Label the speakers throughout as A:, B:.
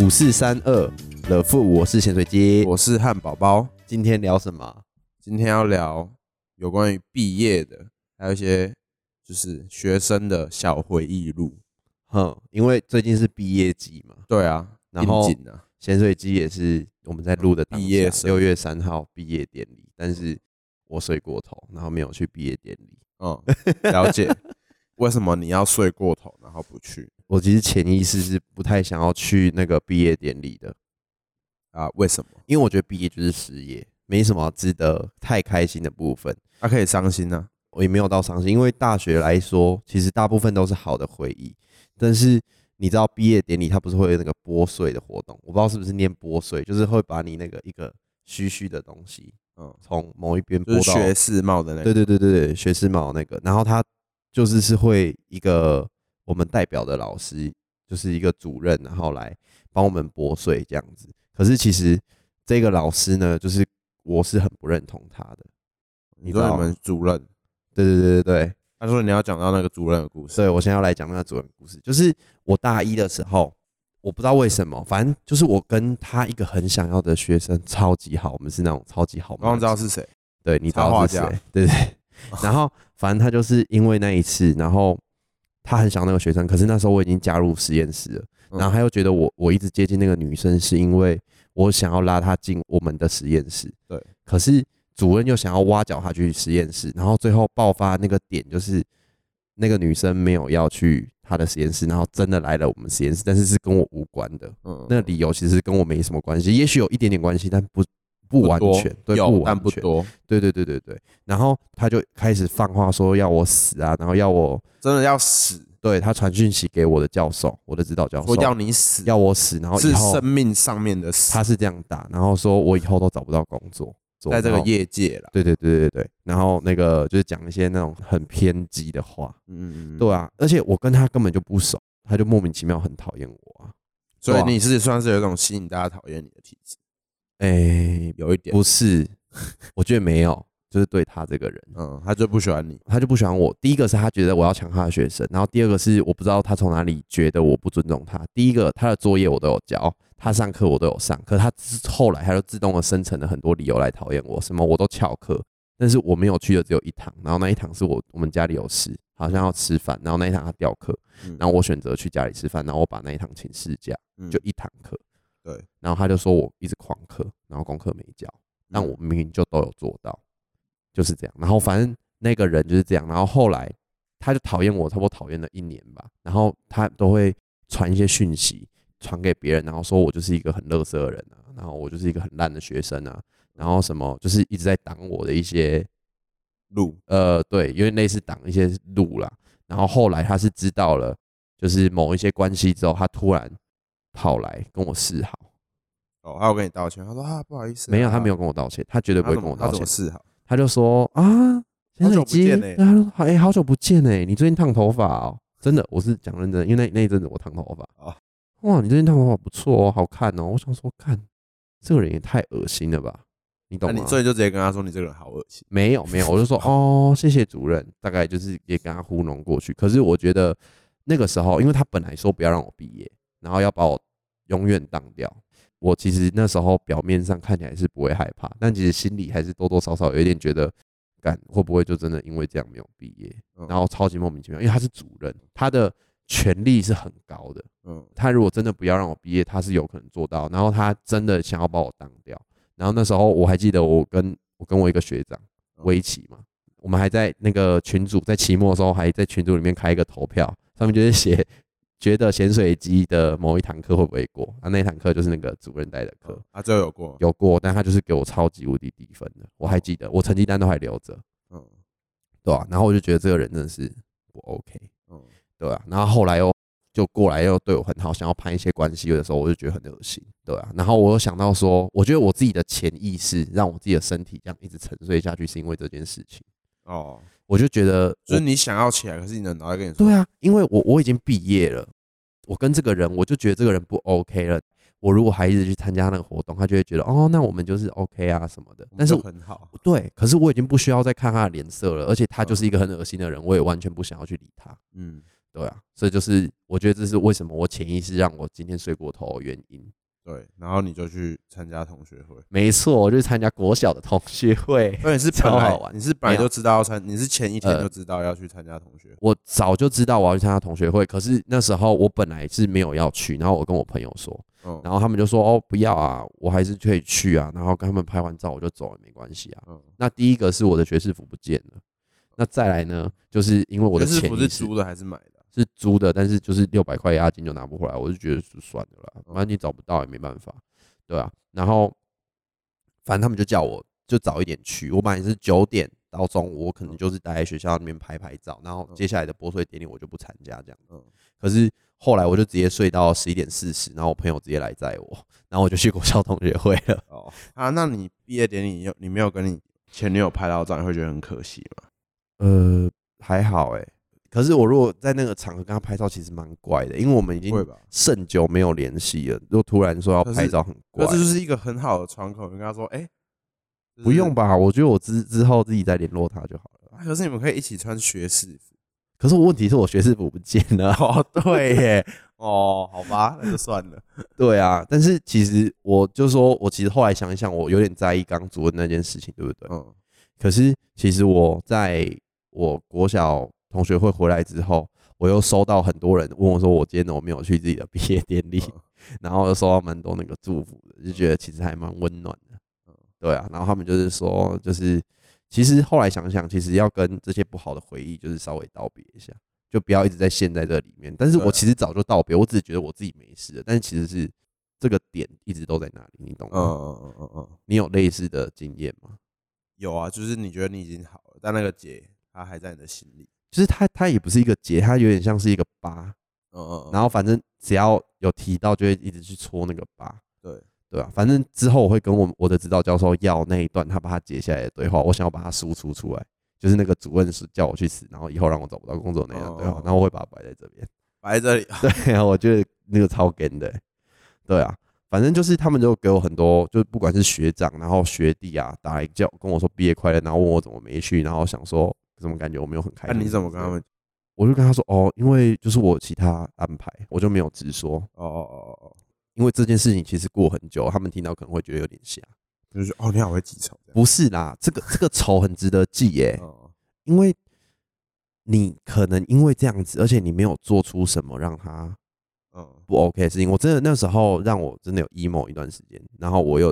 A: 五四三二乐富，我是咸水鸡。
B: 我是汉堡包，
A: 今天聊什么？
B: 今天要聊有关于毕业的，还有一些就是学生的小回忆录。
A: 哼，因为最近是毕业季嘛，
B: 对啊，
A: 然后
B: 应景啊，
A: 咸水鸡也是我们在录的
B: 毕业生
A: 六月三号毕业典礼，但是我睡过头，然后没有去毕业典礼。
B: 嗯，了解。 为什么你要睡过头，然后不去
A: 我其实潜意识是不太想要去那个毕业典礼的，
B: 啊？为什么？
A: 因为我觉得毕业就是失业，没什么值得太开心的部分。
B: 他、可以伤心啊。
A: 我也没有到伤心，因为大学来说，其实大部分都是好的回忆。但是你知道毕业典礼它不是会有那个剥穗的活动？我不知道是不是念剥穗，就是会把你那个一个虚虚的东西
B: 嗯，
A: 从某一边
B: 就是
A: 剥到，
B: 学士帽的那
A: 对
B: 个。
A: 对对对对，学士帽那个。然后他就是是会一个我们代表的老师，就是一个主任，然后来帮我们剥穗这样子。可是其实这个老师呢，就是我是很不认同他的。
B: 你说
A: 知道
B: 你们主任，
A: 对对对对对，
B: 他说你要讲到那个主任的故事。
A: 所以我现在要来讲那个主人故事，就是我大一的时候，我不知道为什么，反正就是我跟他一个很想要的学生超级好，我们是那种超级好，
B: 我忘知道，是谁，
A: 对你知
B: 插
A: 道
B: 画
A: 是谁
B: 家，
A: 对对对然后反正他就是因为那一次，然后他很想要那个学生，可是那时候我已经加入实验室了，
B: 嗯
A: 然后他又觉得我我一直接近那个女生是因为我想要拉她进我们的实验室，
B: 对，
A: 可是主任又想要挖角她去实验室，然后最后爆发那个点就是那个女生没有要去她的实验室，然后真的来了我们实验室，但是是跟我无关的，
B: 嗯，
A: 那理由其实跟我没什么关系，也许有一点点关系，但不不完
B: 多
A: 全，对，
B: 有
A: 完
B: 但不
A: 全
B: 多，
A: 对对对对对，然后他就开始放话说要我死啊，然后要我
B: 真的要死，
A: 对他传讯息给我的教授，我的指导教授
B: 说要你死，
A: 要我死，然后以
B: 是
A: 后
B: 生命上面的死
A: 他，是这样打，然后说我以后都找不到工作，做
B: 在这个
A: 然后
B: 业界啦。
A: 对对对对对，然后那个就是讲一些那种很偏激的话，
B: 嗯，嗯嗯
A: 对啊，而且我跟他根本就不熟，他就莫名其妙很讨厌我啊，
B: 所以
A: 对啊
B: 你是算是有一种吸引大家讨厌你的体质，
A: 哎，
B: 有一点，
A: 不是，我觉得没有，就是对他这个人。
B: 嗯，他就不喜欢你，
A: 他就不喜欢我。第一个是他觉得我要抢他的学生，然后第二个是我不知道他从哪里觉得我不尊重他。第一个他的作业我都有交，他上课我都有上，可他之后来他就自动的生成了很多理由来讨厌我，什么我都翘课，但是我没有去的只有一堂，然后那一堂是我我们家里有事，好像要吃饭，然后那一堂他调课，
B: 嗯
A: 然后我选择去家里吃饭，然后我把那一堂请事假，
B: 嗯
A: 就一堂课，
B: 对，
A: 然后他就说我一直旷课，然后功课没交。
B: 嗯
A: 但我明明就都有做到，就是这样。然后反正那个人就是这样，然后后来他就讨厌我，差不多讨厌了一年吧。然后他都会传一些讯息传给别人，然后说我就是一个很乐色的人啊，然后我就是一个很烂的学生啊，然后什么就是一直在挡我的一些
B: 路，
A: 呃，对，有点类似挡一些路啦。然后后来他是知道了，就是某一些关系之后，他突然跑来跟我示好，
B: 哦，他有跟你道歉，他说啊不好意思啊，
A: 没有，他没
B: 有，
A: 有跟我道歉，他绝对不
B: 他
A: 会
B: 怎
A: 跟我
B: 么
A: 道
B: 他怎
A: 歉
B: 么。示好？
A: 他就说啊，
B: 好
A: 潜水
B: 久不见
A: 机，对
B: 欸
A: 他就说哎、好久不见哎、你最近烫头发哦，真的，我是讲认真的，因为那那一阵子我烫头发
B: 哦
A: 哇，你最近烫头发不错哦，好看哦，我想说看这个人也太恶心了吧，你
B: 那
A: 懂
B: 啊你
A: 吗？
B: 所以就直接跟他说你这个人好恶心，
A: 没有没有，我就说哦，谢谢主任，大概就是也跟他糊弄过去。可是我觉得那个时候，因为他本来说不要让我毕业，然后要把我永远当掉。我其实那时候表面上看起来是不会害怕，但其实心里还是多多少少有一点觉得，干会不会就真的因为这样没有毕业，
B: 嗯
A: 然后超级莫名其妙，因为他是主任，他的权力是很高的，
B: 嗯，
A: 他如果真的不要让我毕业，他是有可能做到。然后他真的想要把我当掉。然后那时候我还记得，我跟我跟我一个学长
B: 嗯
A: 围棋嘛，我们还在那个群组，在期末的时候还在群组里面开一个投票，上面就是写 觉得咸水鸡的某一堂课会不会过。啊，那一堂课就是那个主任带的课，
B: 他就嗯啊有过，
A: 有过，但他就是给我超级无敌低分的，我还记得，我成绩单都还留着，
B: 嗯
A: 对吧、然后我就觉得这个人真的是不 OK。
B: 嗯，
A: 对啊，然后后来又就过来又对我很好，想要攀一些关系，有的时候我就觉得很恶心，对啊。然后我又想到说，我觉得我自己的潜意识让我自己的身体这样一直沉睡下去，是因为这件事情，
B: 哦，
A: 我就觉得
B: 就
A: 我
B: 是你想要起来，可是你的脑袋跟你说，
A: 对啊，因为我我已经毕业了，我跟这个人我就觉得这个人不 OK 了。我如果还一直去参加那个活动，他就会觉得哦，那我们就是 OK 啊什么的。
B: 我们
A: 但是
B: 就很好，
A: 对，可是嗯我已经不需要再看他的脸色了，而且他就是一个很恶心的人，我也完全不想要去理他。
B: 嗯，
A: 对啊，所以就是我觉得这是为什么我潜意识让我今天睡过头的原因。
B: 对，然后你就去参加同学会，
A: 没错，我就参加国小的同学会，
B: 那你是本
A: 超
B: 来
A: 好玩
B: 你是本
A: 没
B: 来
A: 有
B: 就知道要参，你是前一天
A: 呃
B: 就知道要去参加同学会，
A: 我早就知道我要去参加同学会，可是那时候我本来是没有要去，然后我跟我朋友说，
B: 嗯，
A: 然后他们就说哦不要啊，我还是可以去啊，然后跟他们拍完照我就走了，没关系啊。
B: 嗯，
A: 那第一个是我的学士服不见了，那再来呢，就是因为我的
B: 就是
A: 潜
B: 不
A: 意
B: 是
A: 识
B: 租的还是买的啊？
A: 是租的，但是就是六百块押金就拿不回来，我就觉得就算了啦，
B: 嗯
A: 反正你找不到也没办法，对啊。然后反正他们就叫我就早一点去，我本来是九点到中午，我可
B: 嗯
A: 能就是待在学校那边拍拍照，然后接下来的拨穗典礼我就不参加这样。
B: 嗯，
A: 可是后来我就直接睡到十一点四十，然后我朋友直接来载我，然后我就去国校同学会了。
B: 哦，啊，那你毕业典礼有你没有跟你前女友拍到照，你会觉得很可惜吗？
A: 呃，还好哎、可是我如果在那个场合跟他拍照，其实蛮怪的，因为我们已经
B: 会吧？
A: 甚久没有联系了，又突然说要
B: 可是
A: 拍照，很怪
B: 那。这就是一个很好的窗口，你跟他说，哎，就是
A: 不用吧？我觉得我之之后自己再联络他就好了。
B: 啊？可是你们可以一起穿学士服。
A: 可是我问题是我学士服不见了。
B: 哦，对 耶，哦，好吧， 那就算了。
A: 对啊，但是其实我就说，我其实后来想一想，我有点在意刚主任那件事情，对不对？
B: 嗯，
A: 可是其实我在我国小同学会回来之后，我又收到很多人问我说，我今天怎么没有去自己的毕业典礼？
B: 嗯
A: 然后又收到蛮多那个祝福的，就觉得其实还蛮温暖的
B: 嗯。
A: 对啊，然后他们就是说，就是其实后来想想，其实要跟这些不好的回忆就是稍微道别一下，就不要一直在陷在这里面。但是
B: 对
A: 我
B: 啊
A: 其实早就道别，我只是觉得我自己没事了，但是其实是这个点一直都在那里，你懂
B: 嗯
A: 吗？
B: 嗯嗯嗯，
A: 你有类似的经验吗？
B: 有啊，就是你觉得你已经好了，但那个结它还在你的心里。
A: 就是它它也不是一个结，它有点像是一个疤，
B: 嗯嗯，
A: 然后
B: 后
A: 反正只要有提到，就会一直去戳那个疤。
B: 对，
A: 对啊，反正之后我会跟我我的指导教授要那一段他把他截下来的对话，我想要把它输出出来，就是那个主任是叫我去死，然后以后让我找不到工作那样对话，啊
B: 哦
A: 然后我会把它摆在这边。
B: 摆在这里。
A: 对啊，我觉得那个超干的欸、对啊，反正就是他们就给我很多，就是不管是学长，然后学弟啊，打来叫跟我说毕业快乐，然后问我怎么没去，然后想说怎么感觉我没有很开
B: 那
A: 心。
B: 啊你怎么跟他们？？
A: 我就跟他说哦，因为就是我有其他安排，我就没有直说，
B: 哦哦哦哦哦，
A: 因为这件事情其实过很久，他们听到可能会觉得有点瞎。
B: 就是哦，你好会记仇这样。
A: 不是啦，这个这个仇很值得记耶、
B: 哦
A: 因为你可能因为这样子，而且你没有做出什么让他
B: 嗯
A: 不 OK 的事情。我真的那时候让我真的有 emo 一段时间，然后我又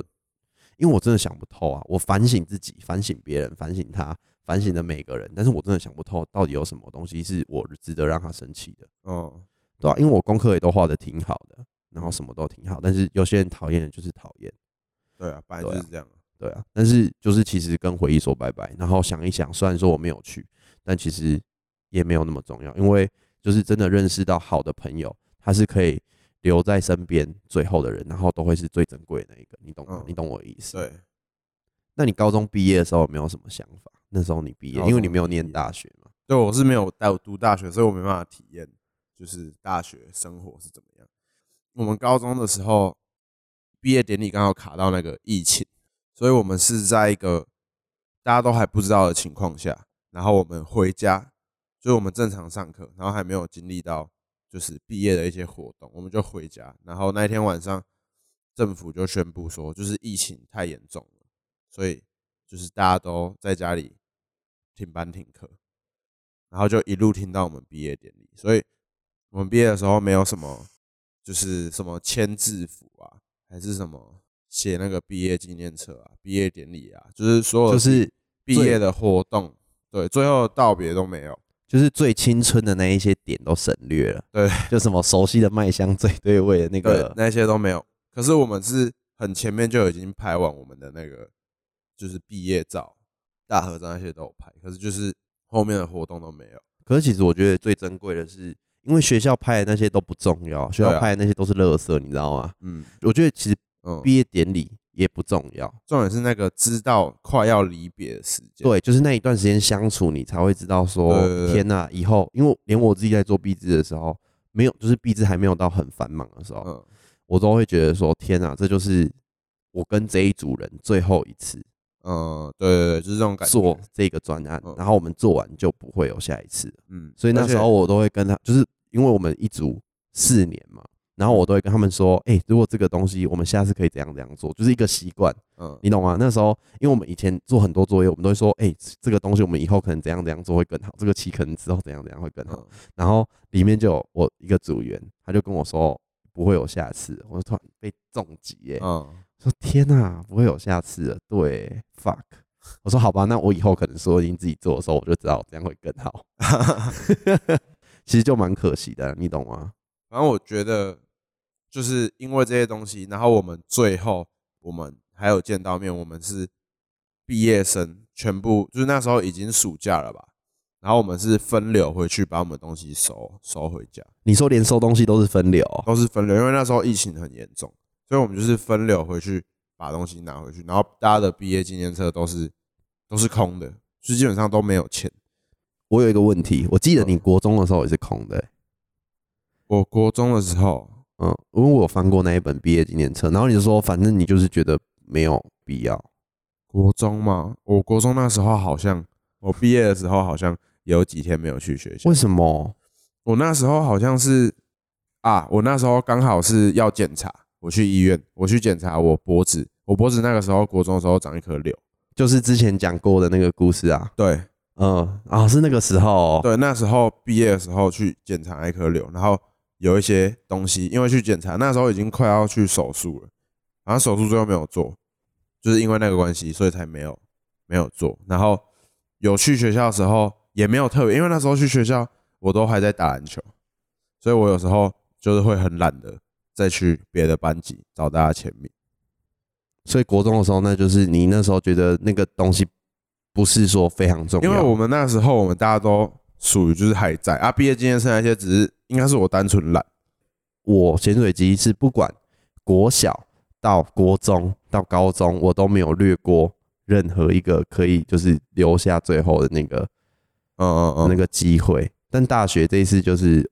A: 因为我真的想不透啊，我反省自己，反省别人，反省他，反省的每个人，但是我真的想不透到底有什么东西是我值得让他生气的，
B: 嗯
A: 对啊，因为我功课也都画的挺好的，然后什么都挺好，但是有些人讨厌的就是讨厌。
B: 对啊，本来就是这样。
A: 对啊，但是就是其实跟回忆说拜拜，然后想一想，虽然说我没有去，但其实也没有那么重要，因为就是真的认识到好的朋友，他是可以留在身边最后的人，然后都会是最珍贵的那一个，你懂吗？
B: 嗯
A: 你懂我的意思？。
B: 对，
A: 那你高中毕业的时候有没有什么想法？那时候你毕业
B: 高，中
A: 因为你没有
B: 毕业
A: 念大学嘛。
B: 对我是没有带我读大学，所以我没办法体验就是大学生活是怎么样。我们高中的时候，毕业典礼刚好卡到那个疫情，所以我们是在一个大家都还不知道的情况下，然后我们回家，就是我们正常上课，然后还没有经历到就是毕业的一些活动，我们就回家。然后那一天晚上，政府就宣布说，就是疫情太严重了，所以就是大家都在家里停班停课，然后就一路听到我们毕业典礼。所以我们毕业的时候没有什么，就是什么签字符啊，还是什么写那个毕业纪念册啊、毕业典礼啊，就是所有
A: 就是
B: 毕业的活动，对，最后的道别都没有。
A: 就是最青春的那一些点都省略了，
B: 对，
A: 就什么熟悉的麦香最对啊味的那
B: 对
A: 个，，
B: 那些都没有。可是我们是很前面就已经拍完我们的那个，就是毕业照、大合照那些都有拍，可是就是后面的活动都没有。
A: 可是其实我觉得最珍贵的是，因为学校拍的那些都不重要，学校拍的那些都是垃圾，你知道吗？
B: 嗯
A: 我觉得其实
B: 啊嗯，
A: 毕业典礼也不重要，
B: 重点是那个知道快要离别的时间。，
A: 对，就是那一段时间相处，你才会知道说
B: 对对，对
A: 天呐，以后因为连我自己在做毕制的时候，没有，就是毕制还没有到很繁忙的时候，
B: 嗯，
A: 我都会觉得说，天呐，这就是我跟这一组人最后一次
B: 嗯，对对对，就是这种感觉。
A: 做这个专案
B: 嗯，
A: 然后我们做完就不会有下一次了。
B: 嗯，
A: 所以那时候
B: 而且
A: 我都会跟他，就是因为我们一组四年嘛，然后我都会跟他们说，
B: 嗯
A: 哎、如果这个东西我们下次可以怎样怎样做，就是一个习惯，
B: 嗯
A: 你懂吗？那时候因为我们以前做很多作业，我们都会说，哎、这个东西我们以后可能怎样怎样做会更好，这个期可能之后怎样怎样会更好。
B: 嗯
A: 然后里面就有我一个组员，他就跟我说不会有下次，我就突然被重击欸耶、
B: 嗯，
A: 说天呐，不会有下次了，对，fuck。我说好吧，那我以后可能说已经自己做的时候，我就知道这样会更好。其实就蛮可惜的，啊你懂吗？
B: 反正我觉得就是因为这些东西，然后我们最后我们还有见到面，我们是毕业生，全部就是那时候已经暑假了吧，然后我们是分流回去把我们的东西收收回家，
A: 你说连收东西都是分流，哦
B: 都是分流，因为那时候疫情很严重，所以我们就是分流回去把东西拿回去，然后大家的毕业纪念册都是都是空的，就基本上都没有钱。
A: 我有一个问题，我记得你国中的时候也是空的欸、
B: 我国中的时候，
A: 嗯，因为我有翻过那一本毕业纪念册，然后你就说反正你就是觉得没有必要，
B: 国中嘛，我国中那时候好像，我毕业的时候好像有几天没有去学校
A: 为。什么？
B: 我那时候好像是啊，我那时候刚好是要检查，我去医院，我去检查我脖子，我脖子那个时候国中的时候长一颗瘤，
A: 就是之前讲过的那个故事啊，
B: 对
A: 嗯，啊是那个时候哦，
B: 对，那时候毕业的时候去检查一颗瘤，然后有一些东西，因为去检查那时候已经快要去手术了，然后手术最后没有做，就是因为那个关系，所以才没有没有做。然后有去学校的时候也没有特别，因为那时候去学校我都还在打篮球，所以我有时候就是会很懒的再去别的班级找大家签名。
A: 所以国中的时候，那就是你那时候觉得那个东西不是说非常重要，
B: 因为我们那时候我们大家都属于就是还在啊，毕业纪念册那些只是应该是我单纯懒，
A: 我潜水机是不管国小到国中到高中，我都没有略过任何一个可以就是留下最后的那个、
B: 嗯嗯嗯，
A: 那个机会。但大学这一次就是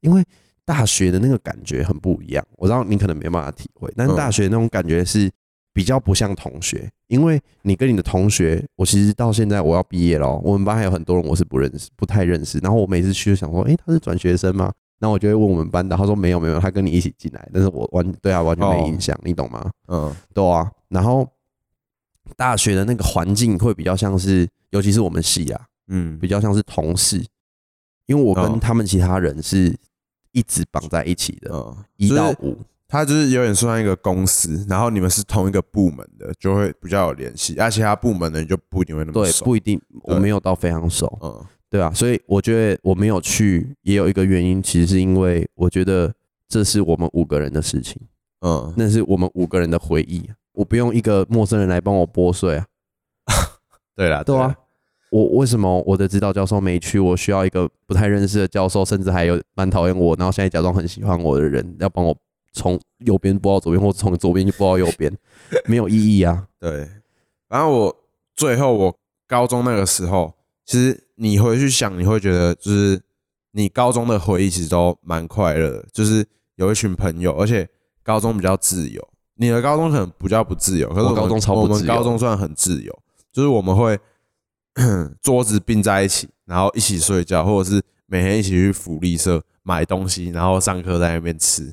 A: 因为大学的那个感觉很不一样，我知道你可能没办法体会，但
B: 嗯
A: 大学那种感觉是比较不像同学，因为你跟你的同学，我其实到现在我要毕业了哦，我们班还有很多人我是不认识、不太认识，然后我每次去就想说，诶、他是转学生吗？然后我就会问我们班导，他说没有没有，他跟你一起进来，但是我完对啊完全没印象，你懂吗？
B: 嗯
A: 对啊，然后大学的那个环境会比较像是，尤其是我们系啊，
B: 嗯
A: 比较像是同事，因为我
B: 哦
A: 跟他们其他人是一直绑在一起的，
B: 嗯，
A: 一
B: 就
A: 到
B: 是
A: 五。
B: 它就是有点算一个公司，然后你们是同一个部门的，就会比较有联系，而、其他部门的你就不一定会那么
A: 对，
B: 熟。
A: 不一定，我
B: 对
A: 没有到非常熟，
B: 嗯
A: 对啊，所以我觉得我没有去，也有一个原因，其实是因为我觉得这是我们五个人的事情，
B: 嗯，
A: 那是我们五个人的回忆，啊我不用一个陌生人来帮我剥碎啊，
B: 对啦，
A: 对
B: 啦
A: 啊，，我为什么我的指导教授没去？我需要一个不太认识的教授，甚至还有蛮讨厌我，然后现在假装很喜欢我的人，要帮我从右边拨到左边，或从左边就拨到右 边，没有意义啊。
B: 对。然后我最后我高中那个时候，其实你回去想，你会觉得就是你高中的回忆其实都蛮快乐的，就是有一群朋友，而且高中比较自由。你的高中可能比较不自由，可是
A: 我
B: 们
A: 高中超不
B: 我们
A: 自由
B: 高中算很自由，就是我们会 桌子并在一起，然后一起睡觉，或者是每天一起去福利社买东西，然后上课在那边吃，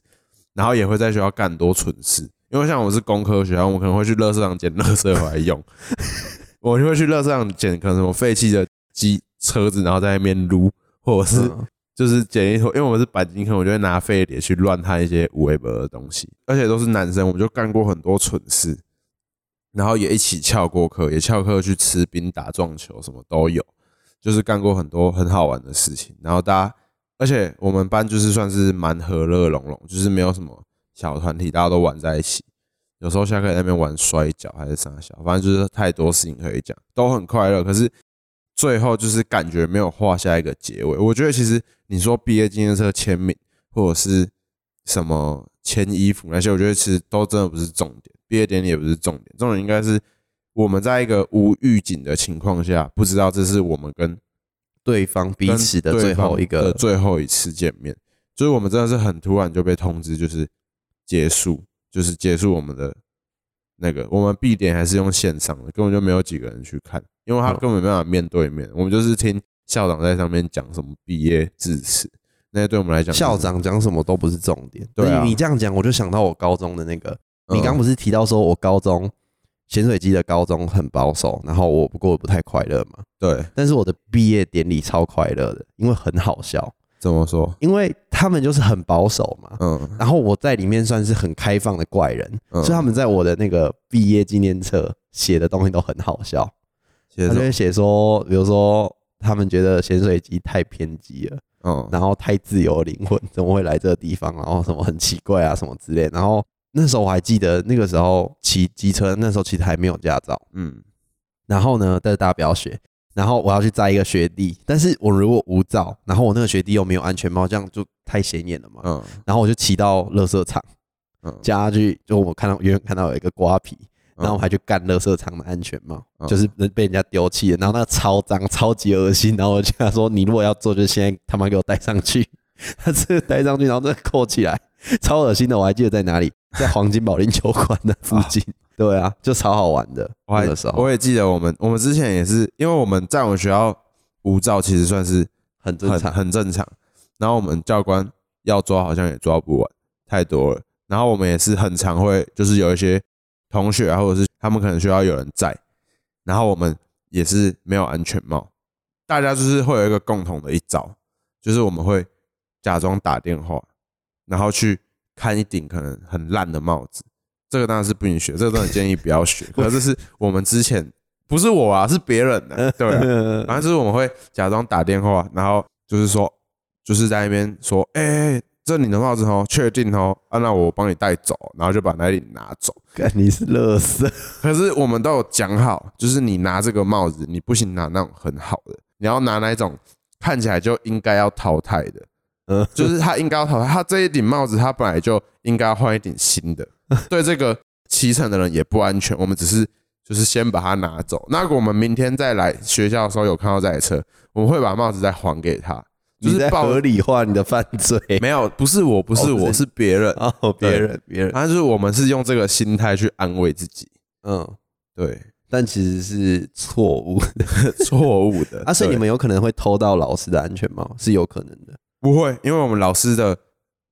B: 然后也会在学校干很多蠢事。因为像我是工科学校，我们可能会去垃圾场捡垃圾回来用， 我就会去垃圾场捡可能什么废弃的机车子，然后在那边撸，或者是
A: 嗯
B: 就是捡一坨，因为我是钣金坑，我就会拿废铁去乱焊一些无微博的东西，而且都是男生，我们就干过很多蠢事，然后也一起翘过课，也翘课去吃冰、打撞球，什么都有，就是干过很多很好玩的事情。然后大家，而且我们班就是算是蛮和乐融融，就是没有什么小团体，大家都玩在一起。有时候下课在那边玩摔跤还是啥小，反正就是太多事情可以讲，都很快乐。可是最后就是感觉没有画下一个结尾。我觉得其实你说毕业纪念册签名或者是什么签衣服那些，我觉得其实都真的不是重点，毕业典礼也不是重点，重点应该是我们在一个无预警的情况下，不知道这是我们跟
A: 对方彼
B: 跟
A: 此的
B: 对
A: 最后
B: 方
A: 一
B: 的
A: 个，
B: 最后一次见面，就是我们真的是很突然就被通知，就是结束，就是结束我们的那个我们必点还是用线上的，根本就没有几个人去看，因为他
A: 嗯
B: 根本没办法面对面。我们就是听校长在上面讲什么毕业致辞，那些对我们来讲就是，
A: 校长讲什么都不是重点。
B: 对啊
A: 你你这样讲，我就想到我高中的那个，
B: 嗯
A: 你刚不是提到说我高中咸水鸡的高中很保守，然后我不过不太快乐嘛，
B: 对
A: 但是我的毕业典礼超快乐的，因为很好笑，
B: 怎么说？
A: 因为他们就是很保守嘛。
B: 嗯
A: 然后我在里面算是很开放的怪人，
B: 嗯
A: 所以他们在我的那个毕业纪念册写的东西都很好笑。
B: 接
A: 他
B: 着
A: 就会写说，比如说他们觉得咸水鸡太偏激了，
B: 嗯
A: 然后太自由灵魂，怎么会来这个地方？然后什么很奇怪啊，什么之类。然后那时候我还记得，那个时候骑机车，那时候其实还没有驾照。
B: 嗯
A: 然后呢，但是大家不要学。然后我要去载一个学弟，但是我如果无照，然后我那个学弟又没有安全帽，这样就太显眼了嘛。
B: 嗯
A: 然后我就骑到垃圾场，
B: 嗯，
A: 叫他去，就我看到远远看到有一个瓜皮，然后我
B: 嗯
A: 还去干垃圾场的安全帽，
B: 嗯
A: 就是被人家丢弃的，然后那个超脏、超级恶心，然后我就跟他说：“你如果要做，就现在他妈给我戴上去。” 他这戴上去，然后再扣起来，超恶心的。我还记得在哪里，在黄金保龄球馆的附 近。对啊，就超好玩的。
B: 我
A: 那
B: 还
A: 个时候
B: 我也记得我们我们之前也是，因为我们在我们学校无照其实算是
A: 很正
B: 很
A: 常，
B: 很正常。然后我们教官要抓好像也抓不完，太多了。然后我们也是很常会，就是有一些同学啊，或者是他们可能需要有人在，然后我们也是没有安全帽，大家就是会有一个共同的一招，就是我们会假装打电话，然后去看一顶可能很烂的帽子。这个当然是不允许的，这个真的建议不要 学。可是这是我们之前不是我啊，是别人 的、对、啊。然后就是我们会假装打电话，然后就是说，就是在那边说，哎、欸，这你的帽子哦，确定哦，啊，那我帮你带走，然后就把那顶拿走。
A: 干你是乐色，
B: 可是我们都有讲好，就是你拿这个帽子，你不行拿那种很好的，你要拿那种看起来就应该要淘汰的，
A: 嗯，
B: 就是他应该要淘汰，他这一顶帽子他本来就应该要换一顶新 的。对这个骑乘的人也不安全，我们只是就是先把它拿走。那如果我们明天再来学校的时候有看到这台车，我们会把帽子再还给他。就
A: 你
B: 是
A: 在
B: 报
A: 合理化你的犯罪。
B: 没有，不是我，不是
A: 哦不
B: 我，
A: 是
B: 是别人。
A: 哦，别人，别人，
B: 反正就是我们是用这个心态去安慰自己，
A: 嗯，
B: 对，
A: 但其实是错误的。
B: 错误的。
A: 啊，所以
B: 对
A: 你们有可能会偷到老师的安全帽，是有可能的。
B: 不会，因为我们老师的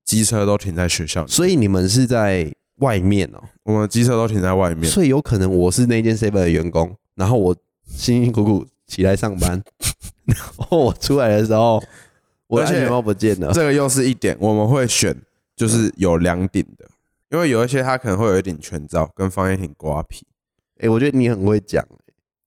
B: 机车都停在学校里，
A: 所以你们是在外面哦、
B: 我们的机车都停在外面。
A: 所以有可能我是那间 seven 的员工，然后我辛辛苦苦起来上班， 然后我出来的时候，我的
B: 而
A: 安
B: 且
A: 全帽不见了。
B: 这个又是一点，我们会选就是有两顶的，因为有一些它可能会有一顶全罩跟放一顶瓜皮，
A: 哎、我觉得你很会讲、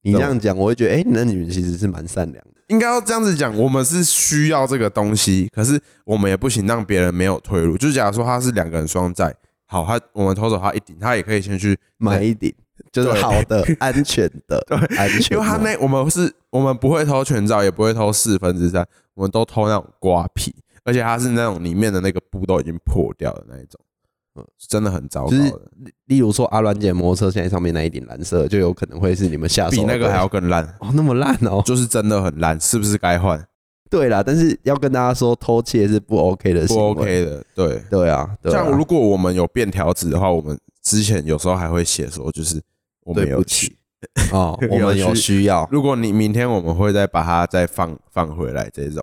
A: 你这
B: 懂
A: 样讲，我会觉得，哎、那你们其实是蛮善良的。
B: 应该要这样子讲，我们是需要这个东西，可是我们也不行让别人没有退路。就是假如说他是两个人双载，好，他我们偷走他一顶，他也可以先去
A: 买一顶就是
B: 对
A: 好 的、安全的、安全帽。
B: 因为他那我们是，我们不会偷全罩，也不会偷四分之三，我们都偷那种瓜皮，而且它是那种里面的那个布都已经破掉的那一种，嗯，是真的很糟糕的，
A: 就是例如说阿软姐摩托车现在上面那一顶蓝色，就有可能会是你们下手
B: 比那
A: 的
B: 个还要更 烂，
A: 哦那么烂哦、
B: 就是真的很烂，是不是该换？
A: 对啦，但是要跟大家说，偷窃是不 OK 的行
B: 不
A: 为。
B: OK 的，对。
A: 对啊，对啊
B: 像如果我们有便条纸的话，我们之前有时候还会写说，就是我们
A: 对
B: 有
A: 不
B: 去
A: 起。 哦，我们有需要，
B: 如果你明天我们会再把它再放放回来这种，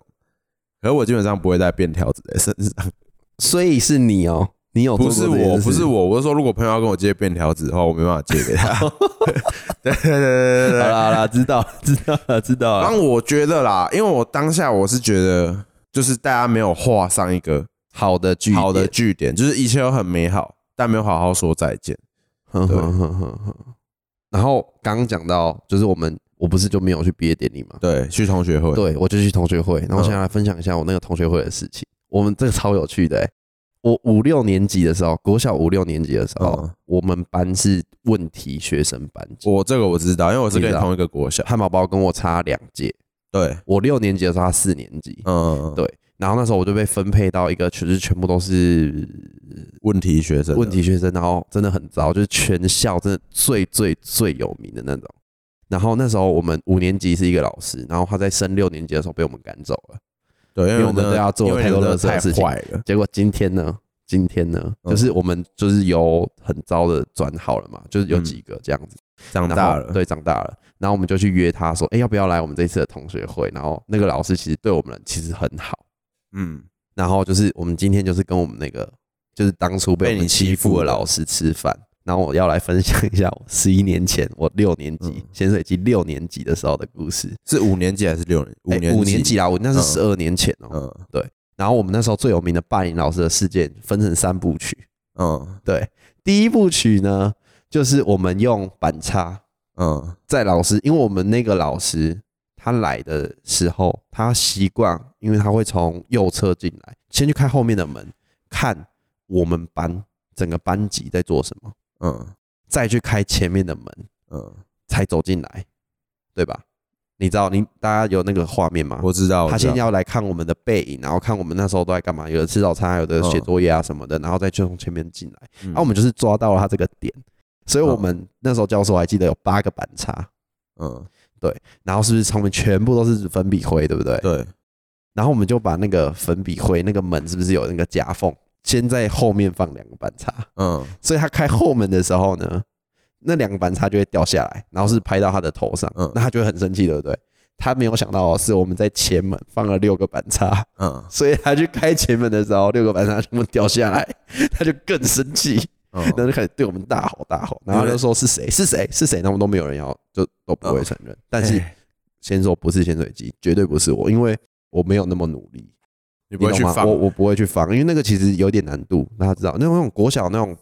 B: 可是我基本上不会带便条纸在身上。
A: 所以是你哦，你有做
B: 不
A: 过
B: 是
A: 这件
B: 我，
A: 事
B: 不是。我，我是说，如果朋友要跟我借便条纸的话，我没办法借给他。
A: 好
B: 对对对对对对。
A: 啦好啦，知道了知道了知道
B: 然
A: 了，
B: 后我觉得啦，因为我当下我是觉得，就是大家没有画上一个
A: 好的句
B: 好的句点，就是一切都很美好，但没有好好说再见。
A: 哼
B: 对
A: 哼哼哼哼。然后刚刚讲到，就是我们我不是就没有去毕业典礼嘛？
B: 对，去同学会，
A: 对，我就去同学会。然后
B: 嗯
A: 我现在来分享一下我那个同学会的事情。我们这个超有趣的、欸，我五六年级的时候，国小五六年级的时候，
B: 嗯
A: 我们班是问题学生班级，
B: 我这个我知道，因为我是
A: 你
B: 跟
A: 知
B: 你
A: 道
B: 同一个国小。
A: 汉堡包跟我差两届，
B: 对，
A: 我六年级的时候他四年级，
B: 嗯，
A: 对。然后那时候我就被分配到一个，其实全部都是
B: 问题学生，
A: 问，题学生，然后真的很糟，就是全校真的最最最有名的那种。然后那时候我们五年级是一个老师，然后他在升六年级的时候被我们赶走了。
B: 对，因
A: 因为我们
B: 真的
A: 都要做
B: 因为
A: 太
B: 你
A: 多
B: 们
A: 垃圾的
B: 真的
A: 事情
B: 太坏了。
A: 结果今天呢，今天呢，
B: 嗯
A: 就是我们就是有很糟的转好了嘛，就是有几个这样子。
B: 长
A: 然
B: 大
A: 后
B: 了，
A: 对，长大了。然后我们就去约他说，哎、要不要来我们这次的同学会？然后那个老师其实对我们其实很好。
B: 嗯，
A: 然后就是我们今天就是跟我们那个就是当初被
B: 被
A: 我们
B: 你欺
A: 欺负
B: 负
A: 的
B: 的
A: 老师吃饭。然后我要来分享一下我十一年前我六年级
B: 嗯
A: 潜水机六年级的时候的故事。
B: 是五年级还是六年？五
A: 诶
B: 年
A: 五年级，啦，我那是
B: 嗯
A: 十二年前哦、
B: 嗯
A: 然后我们那时候最有名的霸凌老师的事件分成三部曲。
B: 嗯
A: 对，第一部曲呢，就是我们用板擦
B: 嗯
A: 在老师，因为我们那个老师他来的时候，他习惯，因为他会从右侧进来，先去看后面的门，看我们班整个班级在做什么，
B: 嗯
A: 再去开前面的门
B: 嗯，
A: 才走进来，对吧？你知道你大家有那个画面吗？
B: 我知道，
A: 啊他
B: 我知
A: 先
B: 道，
A: 要来看我们的背影，然后看我们那时候都在干嘛，有的吃早餐啊，有的写作业啊什么的，然后再从前面进来。
B: 嗯
A: 啊，我们就是抓到了他这个点，所以我们那时候教授还记得有八个板擦，
B: 嗯
A: 然后是不是上面全部都是粉笔灰，对不对？
B: 对，
A: 然后我们就把那个粉笔灰那个门是不是有那个夹缝，先在后面放两个板擦，
B: 嗯
A: 所以他开后门的时候呢，那两个板擦就会掉下来，然后是拍到他的头上，
B: 嗯
A: 那他就会很生气，对不对？他没有想到哦是我们在前门放了六个板擦，
B: 嗯
A: 所以他去开前门的时候，六个板擦全部掉下来， 他就更生气，然后
B: 嗯
A: 就开始对我们大吼大吼，然后他就说是谁是谁是谁，然后我们都没有人要，就都不会承认。 但是
B: 哎
A: 先说不是潜水机，绝对不是我，因为我没有那么努力，你
B: 你不会
A: 懂
B: 去
A: 吗
B: 放
A: 我我不会去放，因为那个其实有点难度，大家知道那种那种国小那种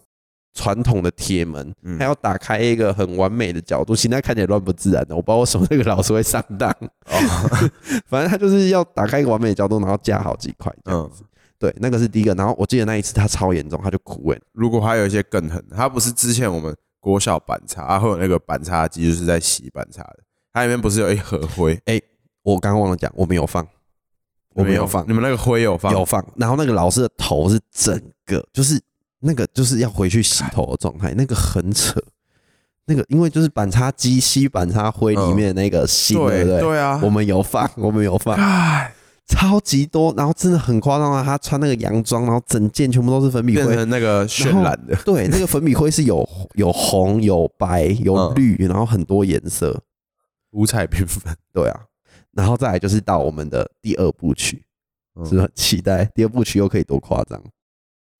A: 传统的铁门，
B: 嗯
A: 还要打开一个很完美的角度，其实那看起来乱不自然哦的，我不知道为什么那个老师会上当，
B: 哦
A: 反正他就是要打开一个完美的角度，然后架好几块这样
B: 嗯
A: 子。，对，那个是第一个。然后我记得那一次他超严重，他就哭哎、
B: 如果还有一些更狠，它不是之前我们国小板擦，啊、会有那个板擦机，就是在洗板擦的，它里面不是有一盒灰，
A: 我刚刚忘了讲，我没有放，我没有放
B: 你，们那个灰有放？
A: 有放。然后那个老师的头是整个，就是那个就是要回去洗头的状态，那个很扯。那个因为就是板擦机吸板擦灰里面的那个芯，对
B: 对
A: 不对？
B: 对啊，
A: 我们啊有放， 我们有放，
B: 哎
A: 超级多，然后真的很夸张啊！他穿那个洋装，然后整件全部都是粉笔
B: 变
A: 灰。
B: 成那个渲染的，
A: 对，那个粉笔灰是有有红、有白、有
B: 嗯
A: 绿，然后很多颜色。
B: 五彩缤纷。
A: 对啊，然后再来就是到我们的第二部曲，
B: 嗯
A: 是不是很期待第二部曲又可以多夸张？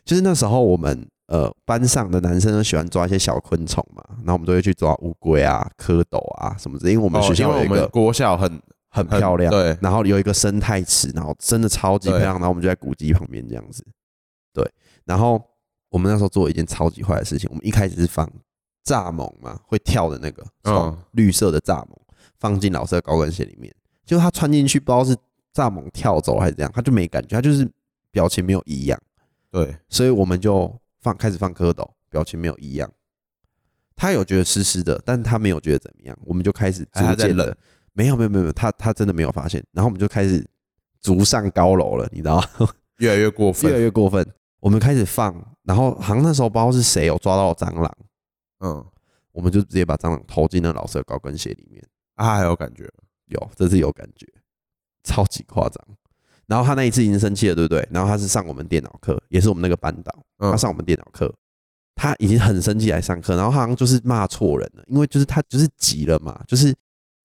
A: 就是那时候我们呃班上的男生都喜欢抓一些小昆虫嘛，然后我们都会去抓乌龟啊、蝌蚪啊什么之类，因为我
B: 我
A: 们学校有一
B: 哦我们
A: 个
B: 国小很
A: 很漂亮，
B: 对，
A: 然后有一个生态池，然后真的超级漂亮，
B: 对
A: 然后我们就在古迹旁边这样子，对，然后我们那时候做了一件超级坏的事情，我们一开始是放蚱蜢嘛，会跳的那个，
B: 嗯
A: 从绿色的蚱蜢放进老师的高跟鞋里面，结果他穿进去不知道是蚱蜢跳走还是怎样，他就没感觉，他就是表情没有异样，
B: 对，
A: 所以我们就放开始放蝌蚪，表情没有异样。他有觉得湿湿的，但他没有觉得怎么样，我们就开始
B: 还
A: 逐
B: 还在
A: 渐的
B: 冷，
A: 没有没有没有没有，他他真的没有发现，然后我们就开始逐上高楼了，你知道 吗？
B: 越来越过
A: 越来
B: 分。
A: 越过分，我们开始放，然后好像那时候不知道是谁有抓到蟑螂，
B: 嗯，
A: 我们就直接把蟑螂投进了老师的高跟鞋里面，
B: 啊，还有感觉，
A: 有这次有感觉，超级夸张。然后他那一次已经生气了，对不对？然后他是上我们电脑课，也是我们那个班导，
B: 嗯
A: 他上我们电脑课，他已经很生气来上课，然后他好像就是骂错人了，因为就是他就是急了嘛，就是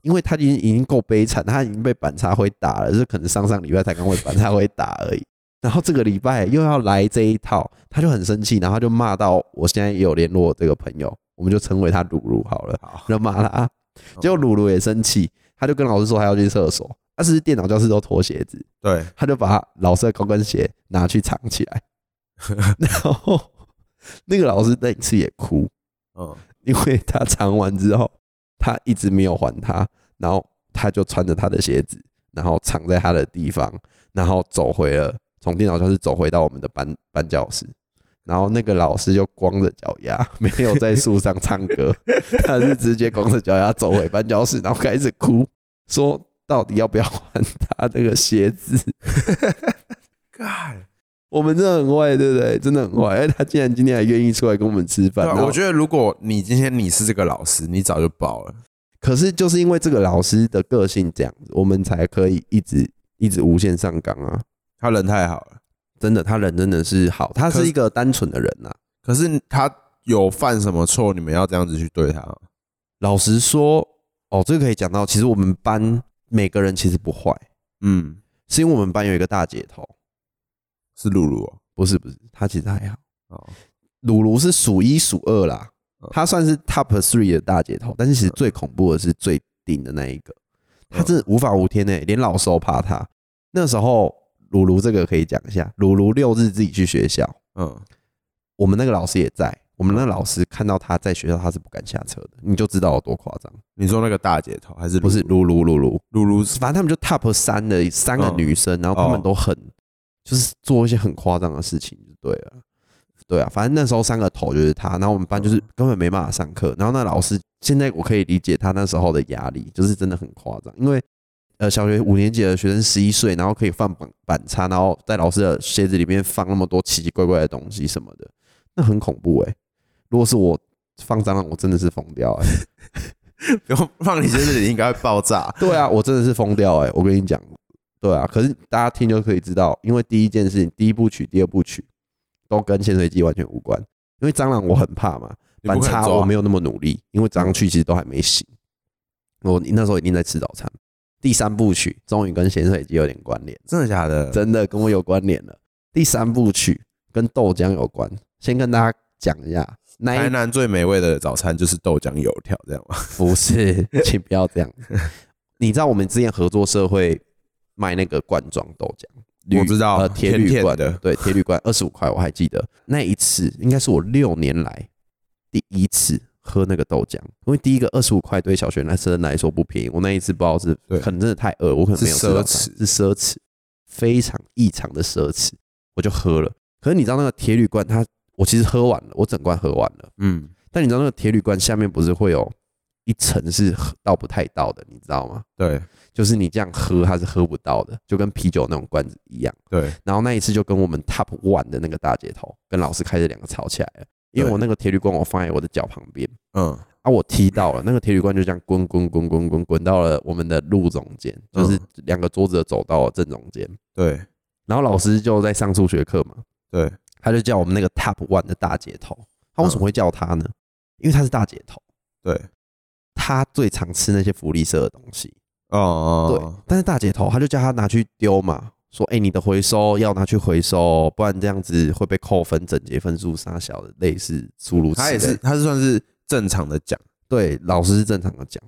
A: 因为他已经已经够悲惨，他已经被板擦灰打了，就是可能上上礼拜才刚被板擦灰打而已，然后这个礼拜又要来这一套，他就很生气，然后他就骂到我现在也有联络这个朋友，我们就称为他鲁鲁好了，
B: 好，
A: 就骂他，结果鲁鲁也生气，他就跟老师说他要去厕所，他是不是电脑教室都脱鞋子，
B: 对，
A: 他就把老师的高跟鞋拿去藏起来，然后那个老师那一次也哭，
B: 嗯，
A: 因为他藏完之后，他一直没有还他，然后他就穿着他的鞋子，然后藏在他的地方，然后走回了从电脑教室走回到我们的班班教室。然后那个老师就光着脚丫，没有在树上唱歌，他是直接光着脚丫走回班教室，然后开始哭，说到底要不要还他那个鞋子？
B: God，
A: 我们真的很坏，对不对？真的很坏。哎，他竟然今天还愿意出来跟我们吃
B: 对
A: 饭，
B: 啊
A: 然后
B: 我觉得如果你今天你是这个老师，你早就爆了。
A: 可是就是因为这个老师的个性这样子，我们才可以一直一直无限上纲啊。
B: 他人太好了，
A: 真的他人真的是好，他
B: 可
A: 是
B: 是
A: 一个单纯的人啊呐、
B: 可是他有犯什么错？你们要这样子去对他吗？
A: 老实说，哦，这个可以讲到，其实我们班每个人其实不坏，
B: 嗯，
A: 是因为我们班有一个大姐头，
B: 是露露哦
A: 不是不是，她其实还好。
B: 哦，
A: 鲁鲁是数一数二啦
B: 嗯，
A: 她算是 top three 的大姐头，但是其实最恐怖的是最顶的那一个，她真的无法无天呢、连老师都怕她。那时候鲁鲁这个可以讲一下，鲁鲁六日自己去学校，
B: 嗯，
A: 我们那个老师也在，我们那个老师看到她在学校，她是不敢下车的，你就知道有多夸张。
B: 你说那个大姐头还是
A: 不是鲁鲁鲁鲁，
B: 露露是
A: 反正他们就 top 三的三个
B: 嗯
A: 女生，然后他们
B: 哦
A: 都很、就是做一些很夸张的事情，就对了。对啊，反正那时候三个头就是他，然后我们班
B: 嗯
A: 就是根本没办法上课，然后那老师现在我可以理解他那时候的压力，就是真的很夸张，因为呃小学五年级的学生十一岁，然后可以放板板擦，然后在老师的鞋子里面放那么多奇奇怪怪的东西什么的，那很恐怖哎、如果是我放蟑螂，我真的是疯掉哎、
B: 不用放你这里，你应该会爆
A: 。
B: 炸
A: 对啊，我真的是疯掉哎、我跟你讲，对啊，可是大家听就可以知道，因为第一件事情，第一部曲、第二部曲都跟潜水机完全无关，因为蟑螂我很怕嘛，
B: 你
A: 反
B: 不可能
A: 差
B: 抓
A: 我没有那么努力，因为早上去其实都还没醒，我那时候一定在吃早餐。第三部曲终于跟潜水机有点关联，
B: 真的假的？
A: 真的跟我有关联了。第三部曲跟豆浆有关，先跟大家讲一下，那一
B: 台南最美味的早餐就是豆浆油条，这样吗？
A: 不是，请不要这样。你知道我们之前合作社会卖那个罐装豆浆，铝
B: 我知道
A: 呃，铁
B: 甜
A: 铝
B: 甜
A: 罐
B: 的
A: 对，铁铝罐二十五块，我还记得那一次应该是我六年来第一次喝那个豆浆，因为第一个二十五块对小学男生来说不便宜，我那一次不知道是
B: 对
A: 可能真的太饿，我可能没有吃
B: 是
A: 到饭
B: 奢侈
A: 是奢侈，非常异常的奢侈，我就喝了。可是你知道那个铁铝罐它，我其实喝完了，我整罐喝完了。
B: 嗯，
A: 但你知道那个铁铝罐下面不是会有一层是喝到不太到的，你知道吗？
B: 对
A: 就是你这样喝它是喝不到的，就跟啤酒那种罐子一样。
B: 对，
A: 然后那一次就跟我们 top one 的那个大姐头跟老师开始两个吵起来了，因为
B: 对
A: 我那个铁铝罐我放在我的脚旁边
B: 嗯，
A: 啊，我踢到了那个铁铝罐就这样滚滚滚滚滚滚到了我们的路中间，就是两个桌子的走道的正中间。
B: 对
A: 然后老师就在上数学课嘛，
B: 对，
A: 他就叫我们那个 top one 的大姐头。他为什么会叫她呢？因为她是大姐头。
B: 对，
A: 他最常吃那些福利社的东西，
B: 哦
A: 对。
B: 哦，
A: 但是大姐头他就叫他拿去丢嘛，说：“哎、你的回收要拿去回收，不然这样子会被扣分、整节分数、杀小的，类似诸如此
B: 他
A: 类。”
B: 也是，他是算是正常的讲，
A: 对，老师是正常的讲。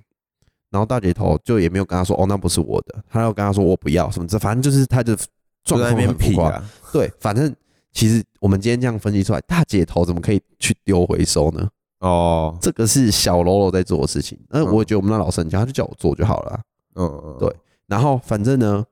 A: 然后大姐头就也没有跟他说：“哦，那不是我的。”他又跟他说：“我不要什么这，反正就是他的
B: 就
A: 状况
B: 在那边
A: 很浮
B: 品
A: 夸。
B: 啊，
A: 对，反正其实我们今天这样分析出来，大姐头怎么可以去丢回收呢？
B: 哦，
A: 这个是小喽啰在做的事情。那
B: 嗯
A: 我也觉得我们那老师很强，他就叫我做就好了啊、
B: 嗯嗯，
A: 对然后反正呢，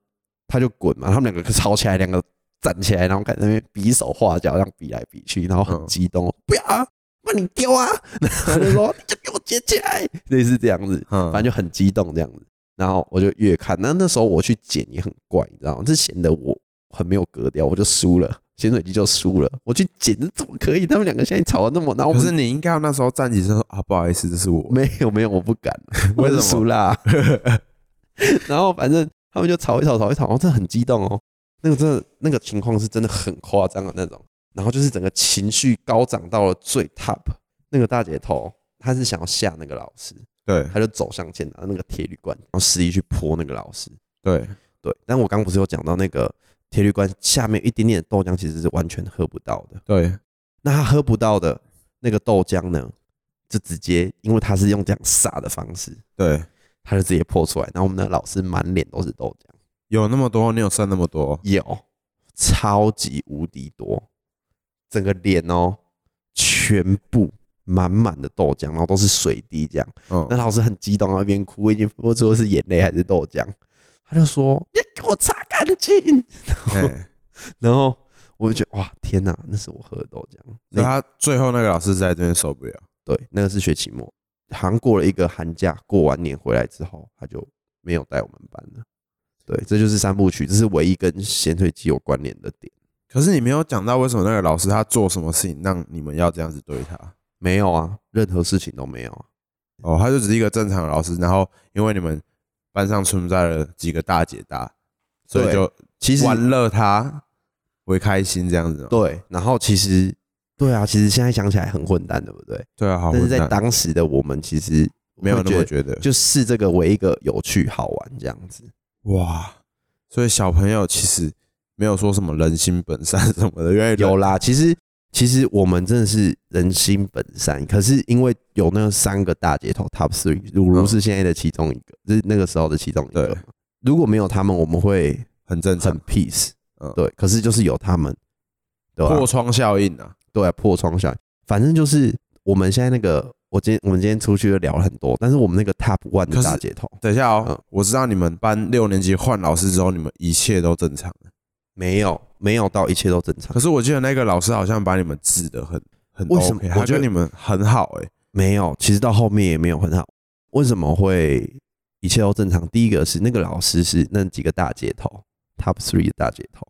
A: 他就滚嘛，他们两个吵起来，两个站起来，然后在那边比手画脚，这样比来比去，然后很
B: 嗯
A: 激动，不要啊，那你丢啊，然后他就说你就给我捡起来， 类似这样子，
B: 嗯，
A: 反正就很激动这样子。然后我就越看，那那时候我去捡也很怪，你知道吗？这显得我很没有格调，我就输了，潜水机就输了。我去捡这怎么可以？他们两个现在吵得那么，然后我
B: 可
A: 们
B: 是你应该要那时候站起身说啊，不好意思，这是我。
A: 没有没有，我不敢，
B: 为什么
A: 我是输 啦。然后反正他们就吵一吵，吵一吵，然后真的很激动哦。那个真的那个情况是真的很夸张的那种，然后就是整个情绪高涨到了最 top。那个大姐头她是想要吓那个老师，
B: 对
A: 她就走向前拿那个铁铝罐，然后示意去泼那个老师。
B: 对，
A: 对，但我刚不是有讲到那个铁铝罐下面一点点的豆浆其实是完全喝不到的。
B: 对，
A: 那他喝不到的那个豆浆呢，就直接因为他是用这样撒的方式，
B: 对，
A: 他就直接泼出来。然后我们的老师满脸都是豆浆，
B: 有那么多，你有剩那么多，
A: 有超级无敌多，整个脸哦，全部满满的豆浆，然后都是水滴这样。那
B: 嗯，
A: 老师很激动，然后一边哭，我已经分不出是眼泪还是豆浆。他就说：“你给我擦干净。
B: 哎，
A: 然后我就觉得哇，天哪，那是我喝的豆浆。
B: 所以他最后那个老师在这边受不了，
A: 对，那个是学期末，好像过了一个寒假，过完年回来之后，他就没有带我们班了。对，这就是三部曲，这是唯一跟咸水鸡有关联的点。
B: 可是你没有讲到为什么那个老师他做什么事情让你们要这样子对他
A: 没有啊，任何事情都没有啊。
B: 哦，他就只是一个正常的老师，然后因为你们班上存在了几个大姐大，所以
A: 对
B: 就
A: 其实
B: 玩乐他，为开心这样子、哦。
A: 对，然后其实对啊，其实现在想起来很混蛋，对不对？
B: 对啊，好
A: 但是
B: 混
A: 在
B: 蛋，
A: 当时的我们，其实
B: 没有那么
A: 会
B: 觉得。
A: 就视这个为一个有趣好玩这样子。
B: 哇，所以小朋友其实没有说什么人心本善什么的，因为人
A: 有啦，其实其实我们真的是人心本善，可是因为有那三个大街头 Top Three，鲁如
B: 嗯
A: 是现在的其中一个，就是那个时候的其中一个
B: 对
A: 嘛。如果没有他们，我们会
B: 很正常
A: 很，peace，
B: 嗯
A: 对。可是就是有他们，对吧、
B: 破窗效应啊，
A: 对、破窗效应，反正就是我们现在那个，我今天我们今天出去就聊了很多，但是我们那个 Top One
B: 可
A: 的
B: 是
A: 大街头
B: 等一下哦，
A: 嗯
B: 我知道你们班六年级换老师之后，你们一切都正常。
A: 没有没有到一切都正常
B: 可，是我记得那个老师好像把你们治得很很
A: 为什么
B: OK，
A: 我
B: 他
A: 觉得
B: 跟你们很好哎、
A: 没有，其实到后面也没有很好。为什么会一切都正常？第一个是那个老师是那几个大姐头 Top Three 的大姐头，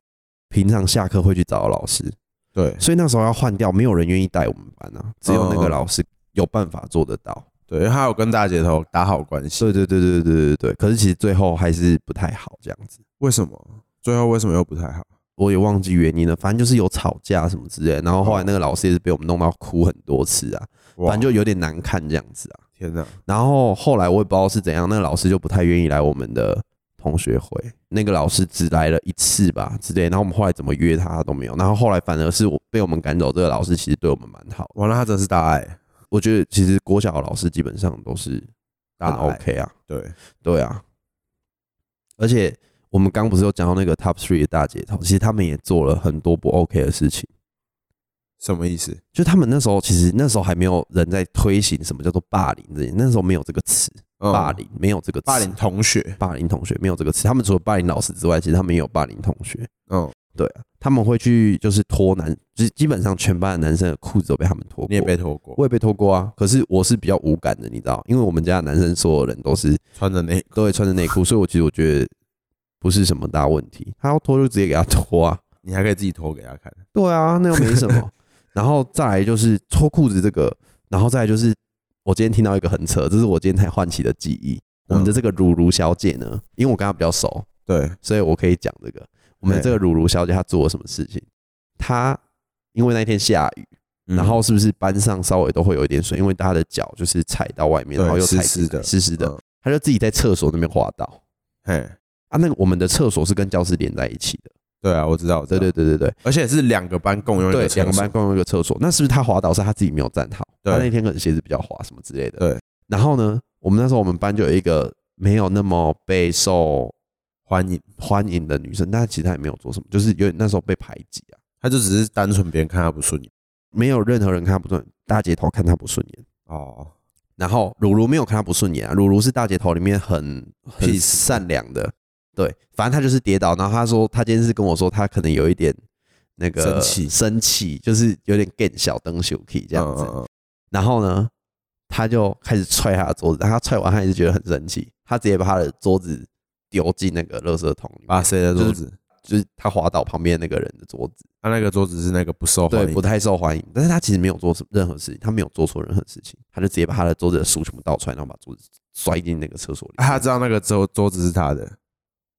A: 平常下课会去找老师，
B: 对
A: 所以那时候要换掉，没有人愿意带我们班啊，只有那个老师有办法做得到。
B: 对，因为他有跟大姐头打好关系。
A: 对对对对对对对。可是其实最后还是不太好这样子，
B: 为什么最后为什么又不太好？
A: 我也忘记原因了，反正就是有吵架什么之类的。然后后来那个老师也是被我们弄到哭很多次啊，
B: 哇
A: 反正就有点难看这样子啊。
B: 天哪，
A: 然后后来我也不知道是怎样，那个老师就不太愿意来我们的同学会，那个老师只来了一次吧之类。然后我们后来怎么约他都没有，然后后来反而是我被我们赶走，这个老师其实对我们蛮好的。
B: 完了，他真是大爱，
A: 我觉得其实国小的老师基本上都是很
B: 大爱
A: OK 啊，
B: 对，
A: 对啊。而且我们刚不是有讲到那个 Top Three 的大姐头，其实他们也做了很多不 OK 的事情。
B: 什么意思？
A: 就他们那时候，其实那时候还没有人在推行什么叫做霸凌这件，那时候没有这个词，
B: 嗯
A: 霸凌没有这个词
B: 霸凌同学，
A: 霸凌同学没有这个词，他们除了霸凌老师之外，其实他们也有霸凌同学。
B: 嗯，
A: 他们会去就是脱男，就是基本上全班的男生的裤子都被他们脱过。
B: 你也被拖过，
A: 我也被脱过啊，可是我是比较无感的，你知道，因为我们家的男生所有人都是
B: 穿着内
A: 都会穿着内裤，所以我其实我觉得不是什么大问题。他要脱就直接给他脱啊，
B: 你还可以自己脱给他看，
A: 对啊，那又没什么。 然后再来就是脱裤子这个，然后再来就是我今天听到一个很扯，这是我今天才唤起的记忆。我们的这个如如小姐呢，因为我跟她比较熟，
B: 对，
A: 所以我可以讲这个。我们的这个乳乳小姐她做了什么事情？她因为那天下雨，
B: 嗯
A: 然后是不是班上稍微都会有一点水，因为她的脚就是踩到外面，
B: 对
A: 然后又踩
B: 湿湿的
A: 湿湿的
B: 嗯，
A: 她就自己在厕所那边滑倒
B: 嘿，
A: 啊。那个我们的厕所是跟教室连在一起的，
B: 对啊，我知道，我知
A: 对
B: 道
A: 对，对对对
B: 而且是两个班共用一
A: 对，
B: 厕所
A: 两个班，共用一个厕所，那是不是她滑倒是她自己没有站好？啊
B: 对
A: 她那天可能鞋子比较滑什么之类的。
B: 对，
A: 然后呢，我们那时候我们班就有一个没有那么备受
B: 欢迎，
A: 欢迎的女生，但其实她也没有做什么，就是有点那时候被排挤啊。
B: 他就只是单纯别人看他不顺眼
A: 没有任何人看他不顺眼，大姐头看他不顺眼。
B: 哦，
A: 然后鲁鲁没有看他不顺眼啊，鲁鲁是大姐头里面很很
B: Peace
A: 善良的，对，反正他就是跌倒，然后他说他今天是跟我说他可能有一点那个
B: 生气
A: 生气就是有点更小灯小 key 这样子。
B: 嗯嗯嗯
A: 然后呢，他就开始踹他的桌子，但他踹完他也是觉得很生气，他直接把他的桌子丢进那个垃圾桶里面，
B: 把谁的桌
A: 就是
B: 子？
A: 就是他滑倒旁边那个人的桌子。
B: 他嗯啊那个桌子是那个不受欢
A: 对，
B: 迎
A: 不，太受欢迎。但是他其实没有做什任何事情，他没有做错任何事情，他就直接把他的桌子的书全部倒出来，然后把桌子摔进那个厕所里。
B: 啊 他知道那个桌桌子是他的，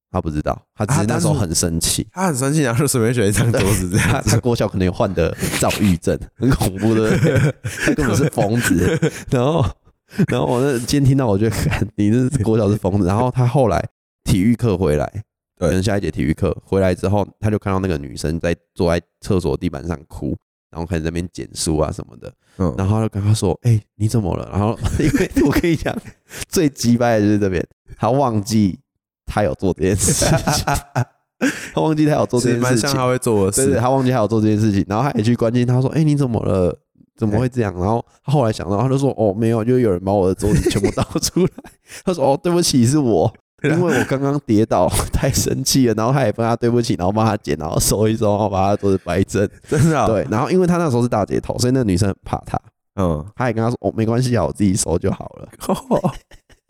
A: 他不知道，他只是
B: 啊
A: 那
B: 但
A: 时候
B: 是
A: 很生 气。
B: 他很生气，然后就随便选一张桌子这
A: 他
B: 样
A: 他
B: 子，
A: 国小可能有患得躁郁症，很恐怖的，他根本是疯子。然后，然后我那今天听到，我就看你这国小是疯子。然后他后来体育课回来，
B: 对
A: 可能下一节体育课回来之后，他就看到那个女生在坐在厕所地板上哭，然后开始在那边捡书啊什么的。
B: 嗯，
A: 然后他就跟他说：“哎、你怎么了？”然后 因为我跟你讲，最鸡掰的就是这边，他忘记他有做这件事情， 他忘记他有做这
B: 是
A: 件
B: 蛮
A: 事
B: 像
A: 情
B: 他，会做的
A: 对对，
B: 事，
A: 他忘记他有做这件事情，然后他也去关心他说：“哎、你怎么了？怎么会这样？”然后他后来想到，他就说：“哦，没有，就是有人把我的桌子全部倒出来。” 他说：“哦，对不起，是 我。”
B: 啊
A: 因为我刚刚跌倒，太生气了，然后他也帮他对不起，然后帮他捡，然后收一收，然后把他桌子摆正。
B: 真的，
A: 对，，然后因为他那时候是大姐头，所以那个女生很怕他。
B: 嗯，
A: 他也跟他说：“哦，没关系啊，我自己收就好了。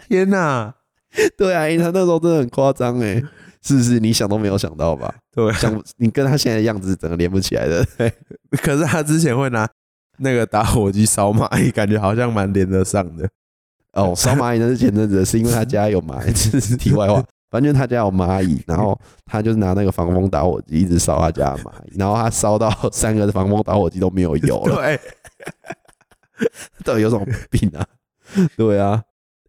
B: 天哪，”
A: 对啊，因为他那时候真的很夸张哎，是不是？你想都没有想到 吧？
B: 对啊，
A: 想不你跟他现在的样子整个连不起来 的。
B: 可是他之前会拿那个打火机烧蚂蚁，感觉好像蛮连得上的。
A: 哦，烧蚂蚁那是前阵子的事，是因为他家有蚂蚁。这是题外话。反正就是他家有蚂蚁，然后他就是拿那个防风打火机一直烧他家的蚂蚁，然后他烧到三个防风打火机都没有油 了，
B: 对，
A: 到底有什么病啊？ 对啊，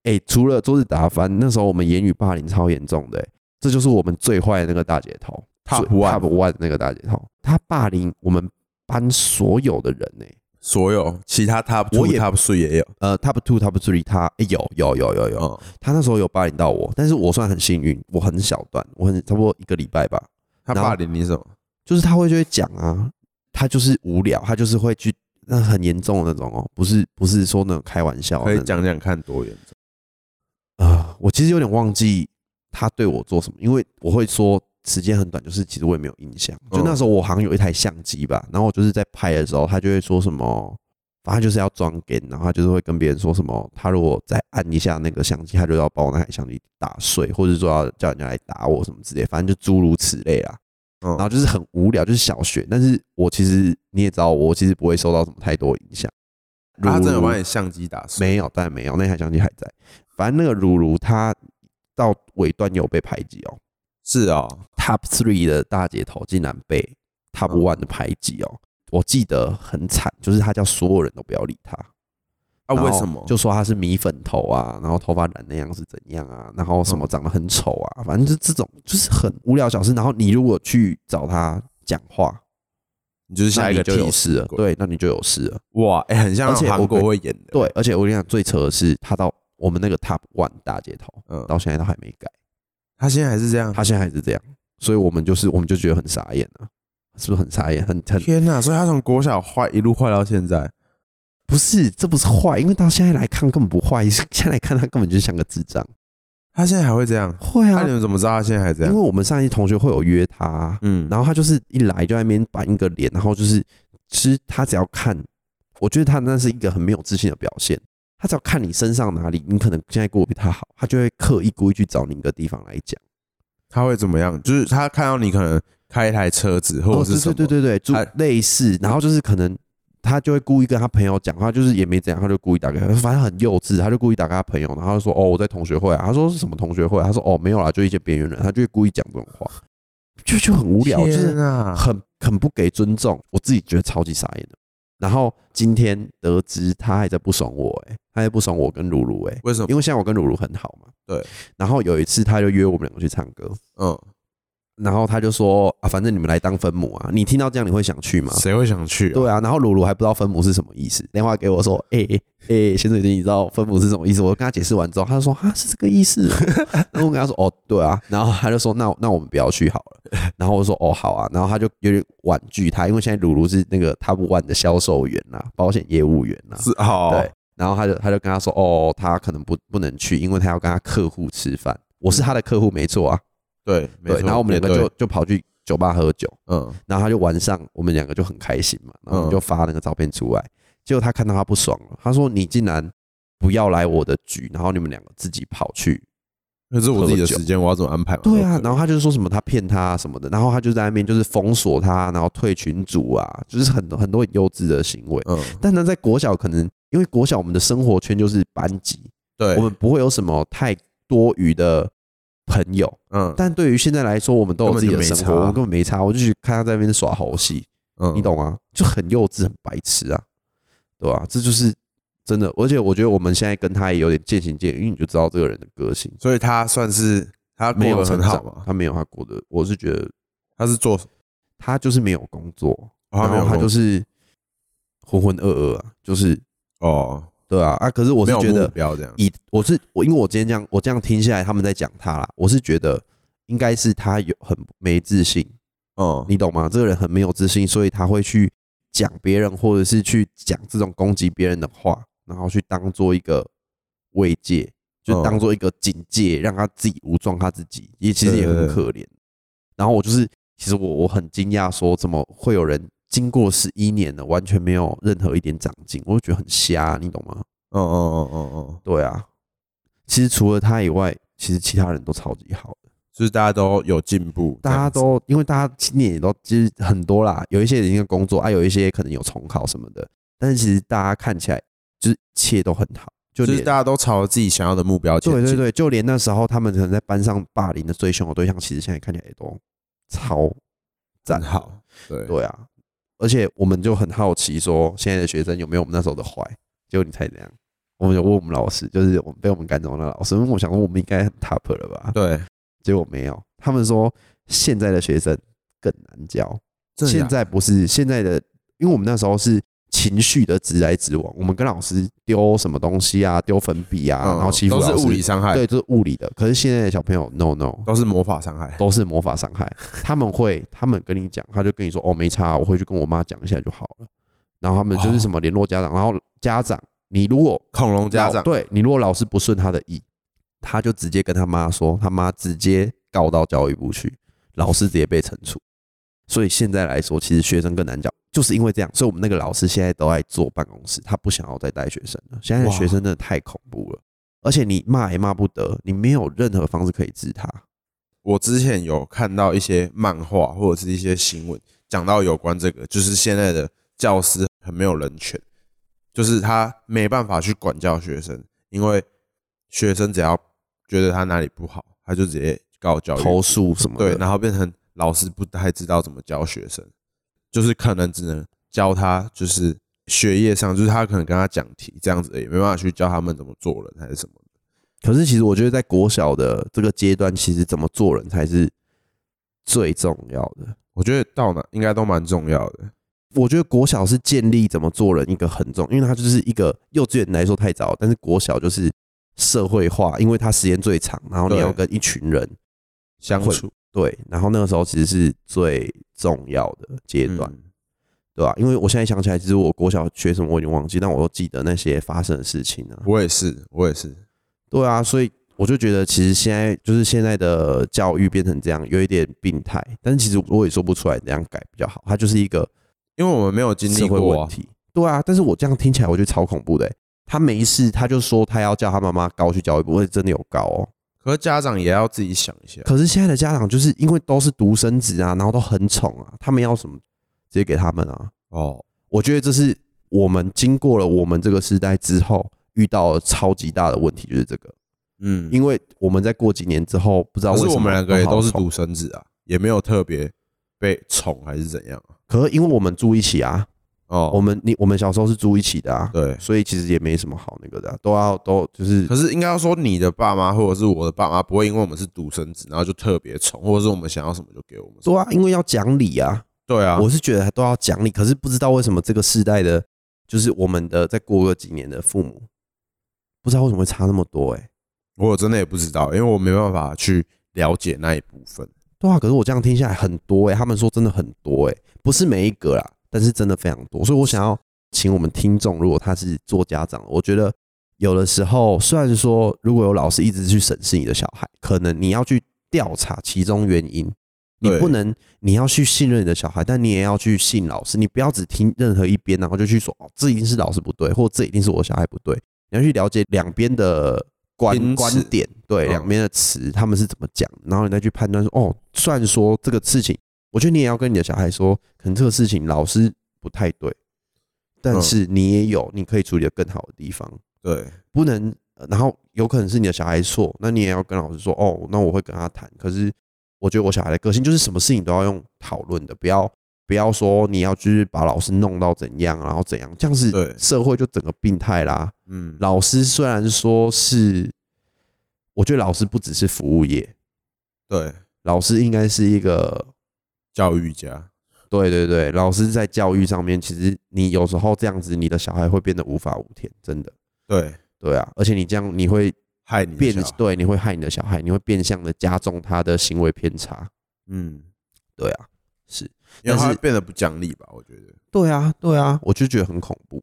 A: 哎、除了桌子打翻，那时候我们言语霸凌超严重的、欸，这就是我们最坏的那个大姐头
B: Top
A: 最
B: one
A: top one 那个大姐头，她霸凌我们班所有的人呢、
B: 所有其他 top
A: 我
B: two
A: 也
B: top three 也有，
A: 呃，top two top three，她、欸、有有有有有，
B: 嗯，
A: 她那时候有霸凌到我，但是我算很幸运，我很小段，我很差不多一个礼拜吧，
B: 他
A: 然后
B: 霸凌你什么？
A: 就是他会就会讲啊，他就是无聊，他就是会去那很严重的那种哦，不是不是说那种开玩笑的
B: 可
A: 那
B: 以
A: 种，
B: 讲讲看多严重？
A: 啊、我其实有点忘记他对我做什么，因为我会说时间很短，就是其实我也没有印象。就
B: 嗯
A: 那时候我好像有一台相机吧，然后我就是在拍的时候，他就会说什么，反正就是要装 g 然后他就是会跟别人说什么，他如果再按一下那个相机，他就要把我那台相机打碎，或者说要叫人家来打我什么之类，反正就诸如此类啦。
B: 嗯
A: 然后就是很无聊，就是小学，但是我其实你也知道，我其实不会受到什么太多影响。
B: 他啊真的
A: 如
B: 把你相机打碎？
A: 没有，但没有，那台相机还在。反正那个如如她到尾段有被排挤哦
B: 是哦，
A: ，Top Three 的大姐头竟然被 Top
B: 嗯
A: One 的排挤哦。我记得很惨，就是她叫所有人都不要理她。
B: 啊，
A: 然后
B: 为什么？
A: 就说她是米粉头啊，然后头发染那样是怎样啊，然后什么
B: 嗯
A: 长得很丑啊，反正就这种就是很无聊小事。然后你如果去找她讲话，
B: 你就是下
A: 那
B: 一
A: 你
B: 个
A: 就有
B: 替
A: 事了，
B: 鬼
A: 对，那你就有事了。
B: 哇，哎，很像
A: 而且我
B: 韩国
A: 跟
B: 会演的，
A: 对，而且我跟你讲，最扯的是他到我们那个 Top One 大姐头，
B: 嗯，
A: 到现在都还没改，
B: 他现在还是这样。
A: 他现在还是这样，所以我们就是我们就觉得很傻眼啊，是不是很傻眼？很很
B: 天哪！所以他从国小坏一路坏到现在，
A: 不是，这不是坏，因为到现在来看根本不坏， 现在来看他根本就像个智障。
B: 他现在还会这样？
A: 会
B: 那
A: 啊
B: 你，们怎么知道他现在还这
A: 因为
B: 样？
A: 我们上一同学会有约他啊，
B: 嗯，
A: 然后他就是一来就在那边板一个脸，然后就是其实他只要看，我觉得他那是一个很没有自信的表现。他只要看你身上哪里，你可能现在过得比他好，他就会刻意故意去找你一个地方来讲。
B: 他会怎么样？就是他看到你可能开一台车子或
A: 哦，
B: 者是什么，
A: 对对对对，就
B: 哎
A: 类似，然后就是可能他就会故意跟他朋友讲，他就是也没怎样，他就故意打给他，反正很幼稚，他就故意打给他朋友，然后他就说哦我在同学会啊，他说是什么同学会啊、他说哦没有啦，就一些边缘人，他就会故意讲这种话，就就很无聊，就
B: 天
A: 是
B: 啊！
A: 很很不给尊重，我自己觉得超级傻眼的。然后今天得知他还在不爽我、欸，他还在不爽我跟鲁鲁，哎，
B: 为什么？
A: 因为现在我跟鲁鲁很好嘛，
B: 对。
A: 然后有一次他就约我们两个去唱歌，
B: 嗯，
A: 然后他就说啊，反正你们来当分母啊，你听到这样你会想去吗？
B: 谁会想去？
A: 对，啊，然后鲁鲁还不知道分母是什么意思，电话给我说，哎 哎哎，先生，你知道分母是什么意思？我跟他解释完之后，他就说啊，是这个意思哦。然后我跟他说，哦，对啊，然后他就说，那那我们不要去好了。然后我说，哦，好啊。然后他就有点婉拒他，因为现在鲁鲁是那个 Top One 的销售员呐、保险业务员呐、
B: 是哦好，
A: 对，，然后他就他就跟他说，哦，他可能不不能去，因为他要跟他客户吃饭。我是他的客户，没错啊。
B: 对，没
A: 对，
B: 错
A: 然后我们两个
B: 对
A: 就就跑去酒吧喝酒，
B: 嗯，
A: 然后他就晚上我们两个就很开心嘛，然后我们
B: 嗯
A: 就发那个照片出来，结果他看到他不爽了，他说你竟然不要来我的局，然后你们两个自己跑去，
B: 可是我自己的
A: 喝酒
B: 时间，我要怎么安排嘛？
A: 对啊
B: 都，可以
A: 然后他就说什么他骗他、什么的，然后他就在那边就是封锁他，然后退群组啊，就是很多很多很幼稚的行为。
B: 嗯，
A: 但呢，在国小可能因为国小我们的生活圈就是班级，
B: 对，
A: 我们不会有什么太多余的朋友，
B: 嗯，
A: 但对于现在来说，我们都有自己的生
B: 根本就没
A: 活，
B: 差
A: 我们根本没差。我就去看他在那边耍猴戏，
B: 嗯
A: 你懂吗？就很幼稚、很白痴啊，对吧、这就是真的。而且我觉得我们现在跟他也有点渐行渐远，因为你就知道这个人的个性
B: 所以他算是他
A: 没
B: 过
A: 有
B: 得很
A: 成
B: 好
A: 长
B: 嘛？
A: 他没有他过得，我是觉得
B: 他是做什么，
A: 他就是没有工作，
B: 哦没
A: 然
B: 有
A: 后他
B: 工
A: 就是浑浑噩噩啊，就是
B: 哦，
A: 对啊啊。可是我是
B: 没有
A: 觉得
B: 目标这样，
A: 以我是我，因为我今天这样，我这样听下来，他们在讲他啦，我是觉得应该是他有很没自信。
B: 嗯，
A: 你懂吗？这个人很没有自信，所以他会去讲别人，或者是去讲这种攻击别人的话，然后去当做一个慰藉，就
B: 嗯
A: 当做一个警戒，让他自己武装他自己，也其实也
B: 对
A: 很
B: 对对
A: 可怜。然后我就是，其实我我很惊讶，说怎么会有人经过十一年了，完全没有任何一点长进，我就觉得很瞎，你懂吗？
B: 嗯嗯嗯嗯嗯，
A: 对啊，其实除了他以外，其实其他人都超级好。
B: 就是大家都有进步，
A: 大家
B: 这样子
A: 都因为大家今年也都其实很多啦，有一些人因为工作啊，有一些可能有重考什么的，但是其实大家看起来就是一切都很好，就
B: 就
A: 连
B: 是大家都朝着自己想要的目标前
A: 对
B: 进。
A: 对对，就连那时候他们可能在班上霸凌的最凶的对象，其实现在看起来也都超赞
B: 很。好，对
A: 对啊，而且我们就很好奇说，现在的学生有没有我们那时候的坏？结果你猜怎样？我们有问我们老师，就是我们被我们赶走的那老师，因为我想说我们应该很 top 了吧？
B: 对，
A: 结果没有，他们说现在的学生更难教。
B: 真的假
A: 现
B: 的
A: 在不是现在的，因为我们那时候是情绪的直来直往，我们跟老师丢什么东西啊，丢粉笔啊，
B: 嗯
A: 然后欺负
B: 都
A: 老师，
B: 是物理伤害，
A: 对，这是物理的。可是现在的小朋友，no no，
B: 都是魔法伤害。
A: 都是魔法伤害。他们会，他们跟你讲，他就跟你说，哦，没差，我回去跟我妈讲一下就好了。然后他们
B: 哦
A: 就是什么联络家长，然后家长，你如果
B: 恐龙家长，
A: 对你如果老师不顺他的意，他就直接跟他妈说，他妈直接告到教育部去，老师直接被惩处。所以现在来说，其实学生更难教，就是因为这样，所以我们那个老师现在都在坐办公室，他不想要再带学生了。现在的
B: 哇
A: 学生真的太恐怖了，而且你骂也骂不得，你没有任何方式可以治他。
B: 我之前有看到一些漫画或者是一些新闻，讲到有关这个，就是现在的教师很没有人权，就是他没办法去管教学生，因为学生只要觉得他哪里不好，他就直接告教育
A: 投诉什么
B: 对
A: 的，，
B: 然后变成老师不太知道怎么教学生，就是可能只能教他就是学业上，就是他可能跟他讲题这样子而已，也没办法去教他们怎么做人还是什么。
A: 可是其实我觉得在国小的这个阶段，其实怎么做人才是最重要的。
B: 我觉得到哪应该都蛮重要的，
A: 我觉得国小是建立怎么做人一个很重，因为它就是一个幼稚园来说太早，但是国小就是社会化，因为它时间最长，然后你
B: 对
A: 要跟一群人
B: 相
A: 会
B: 处
A: 对，然后那个时候其实是最重要的阶段，
B: 嗯
A: 对啊吧、因为我现在想起来，其实我国小学什么我已经忘记，但我都记得那些发生的事情啊。
B: 我也是，我也是，
A: 对啊，所以我就觉得，其实现在就是现在的教育变成这样，有一点病态。但是其实我也说不出来怎样改比较好，它就是一个
B: 因为我们没有经历
A: 社会
B: 过、
A: 问
B: 啊，
A: 题。对啊，但是我这样听起来，我觉得超恐怖的欸、他没事，他就说他要叫他妈妈高去教育部，会真的有高哦。
B: 可是家长也要自己想一下。
A: 可是现在的家长就是因为都是独生子啊，然后都很宠啊，他们要什么直接给他们啊。
B: 哦，
A: 我觉得这是我们经过了我们这个时代之后遇到了超级大的问题，就是这个。
B: 嗯，
A: 因为我们在过几年之后，不知道
B: 可
A: 为什么
B: 是我们两个也
A: 好
B: 都是
A: 宠
B: 独生子啊，也没有特别被宠还是怎样啊。
A: 可是因为我们住一起啊，
B: 哦，
A: 我们你我们小时候是住一起的啊，
B: 对，
A: 所以其实也没什么好那个的啊、都要都就是
B: 可是应该要说，你的爸妈或者是我的爸妈不会因为我们是独生子，然后就特别宠，或者是我们想要什么就给我们什
A: 对
B: 么。
A: 啊，因为要讲理啊，
B: 对啊，
A: 我是觉得都要讲理，可是不知道为什么这个世代的，就是我们的再过个几年的父母，不知道为什么会差那么多哎、
B: 我真的也不知道，因为我没办法去了解那一部分。
A: 对啊，可是我这样听下来很多哎、他们说真的很多哎、不是每一个啦，但是真的非常多，所以我想要请我们听众，如果他是做家长，我觉得有的时候虽然说如果有老师一直去审视你的小孩，可能你要去调查其中原因，你
B: 对
A: 不能你要去信任你的小孩，但你也要去信老师，你不要只听任何一边，然后就去说哦，这一定是老师不对，或这一定是我小孩不对，你要去了解两边的观
B: 因此
A: 观点，对
B: 嗯
A: 两边的词他们是怎么讲，然后你再去判断说，哦，虽然说这个事情，我觉得你也要跟你的小孩说，可能这个事情老师不太对，但
B: 嗯
A: 是你也有你可以处理的更好的地方，
B: 对，
A: 不能，呃然后有可能是你的小孩错，那你也要跟老师说，哦，那我会跟他谈，可是我觉得我小孩的个性就是什么事情都要用讨论的，不要。不要说你要就是把老师弄到怎样，然后怎样，这样是
B: 对
A: 社会就整个病态啦。
B: 嗯，
A: 老师虽然说是，我觉得老师不只是服务业，
B: 对，
A: 老师应该是一个，
B: 教育家，
A: 对对对，老师在教育上面，其实你有时候这样子，你的小孩会变得无法无天，真的，
B: 对，
A: 对啊，而且你这样你会
B: 害你的
A: 变
B: 小孩，
A: 对，你会害你的小孩，你会变相的加重他的行为偏差，
B: 嗯，
A: 对啊，是，
B: 因
A: 但
B: 为
A: 是
B: 他会变得不讲理吧？我觉得，
A: 对啊，对啊，我就觉得很恐怖，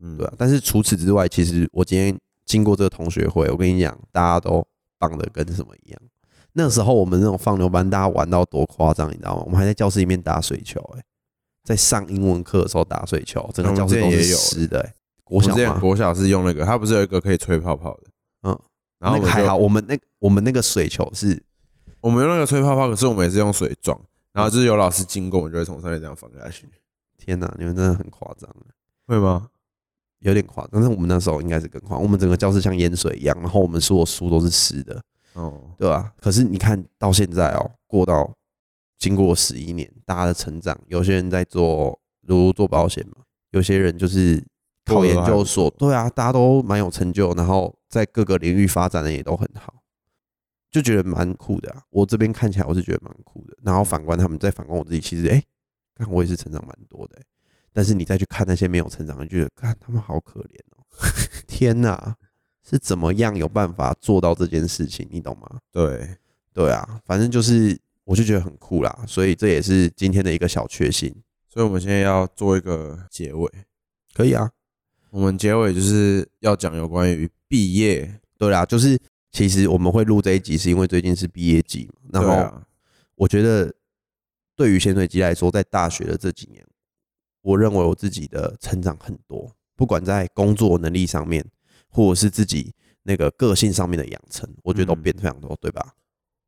B: 嗯，
A: 对啊，但是除此之外，其实我今天经过这个同学会，我跟你讲，大家都棒的跟什么一样。那时候我们那种放牛班，大家玩到多夸张，你知道吗？我们还在教室里面打水球、欸，在上英文课的时候打水球，整个教室
B: 我
A: 都
B: 们之前
A: 是
B: 也有
A: 湿的、欸。
B: 我
A: 国
B: 们
A: 小
B: 之前
A: 嘛，
B: 国小是用那个，他不是有一个可以吹泡泡的，
A: 嗯，
B: 然
A: 那
B: 后我
A: 个
B: 们
A: 还
B: 就
A: 好，，我们那我们那个水球是
B: 我们用那个吹泡泡，可是我们也是用水装，然
A: 嗯
B: 后就是有老 师经过，我们就会从上面这样放下去，
A: 天哪、你们真的很夸张。
B: 会吗？
A: 啊有点夸张，但是我们那时候应该是更夸张，我们整个教室像淹水一样，然后我们所有书都是湿的，
B: 哦，
A: 对吧、可是你看到现在哦，过到经过十一年，大家的成长，有些人在做，如做保险嘛，有些人就是考研究所，对啊，大家都蛮有成就，然后在各个领域发展的也都很好，就觉得蛮酷的、啊。我这边看起来我是觉得蛮酷的，然后反观他们，再反观我自己，其实哎，看、我也是成长蛮多的、欸但是你再去看那些没有成长的，就觉得看他们好可怜哦， 天哪！是怎么样有办法做到这件事情，你懂吗？
B: 对，
A: 对啊，反正就是我就觉得很酷啦，所以这也是今天的一个小确幸。
B: 所以我们现在要做一个结尾，
A: 可以啊，
B: 我们结尾就是要讲有关于毕业，
A: 对啦，就是其实我们会录这一集是因为最近是毕业季嘛，然
B: 对
A: 后
B: 啊，
A: 我觉得对于潜水机来说，在大学的这几年，我认为我自己的成长很多，不管在工作能力上面，或者是自己那个个性上面的养成，我觉得都
B: 嗯
A: 变非常多，对吧？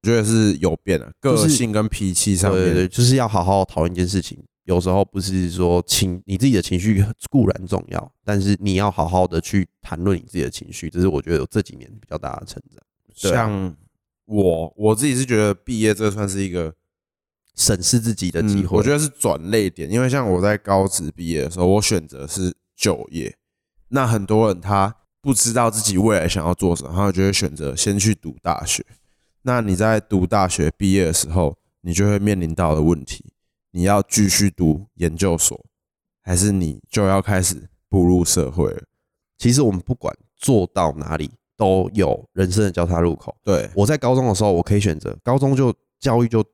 B: 我觉得是有变了，
A: 就是
B: 个性跟脾气上
A: 对对对，
B: 面，
A: 就是要好好讨论一件事情。有时候不是说情你自己的情绪固然重要， 但是你要好好的去谈论你自己的情绪，这是我觉得有这几年比较大的成长。对啊
B: 像我我自己是觉得毕业这算是一个
A: 审视自己的机
B: 嗯
A: 会，
B: 我觉得是转类点，因为像我在高职毕业的时候，我选择是就业。那很多人他不知道自己未来想要做什么，他就会选择先去读大学。那你在读大学毕业的时候，你就会面临到的问题：你要继续读研究所，还是你就要开始步入社会了？
A: 其实我们不管做到哪里，都有人生的交叉路口。
B: 对，
A: 我在高中的时候，我可以选择高中就教育就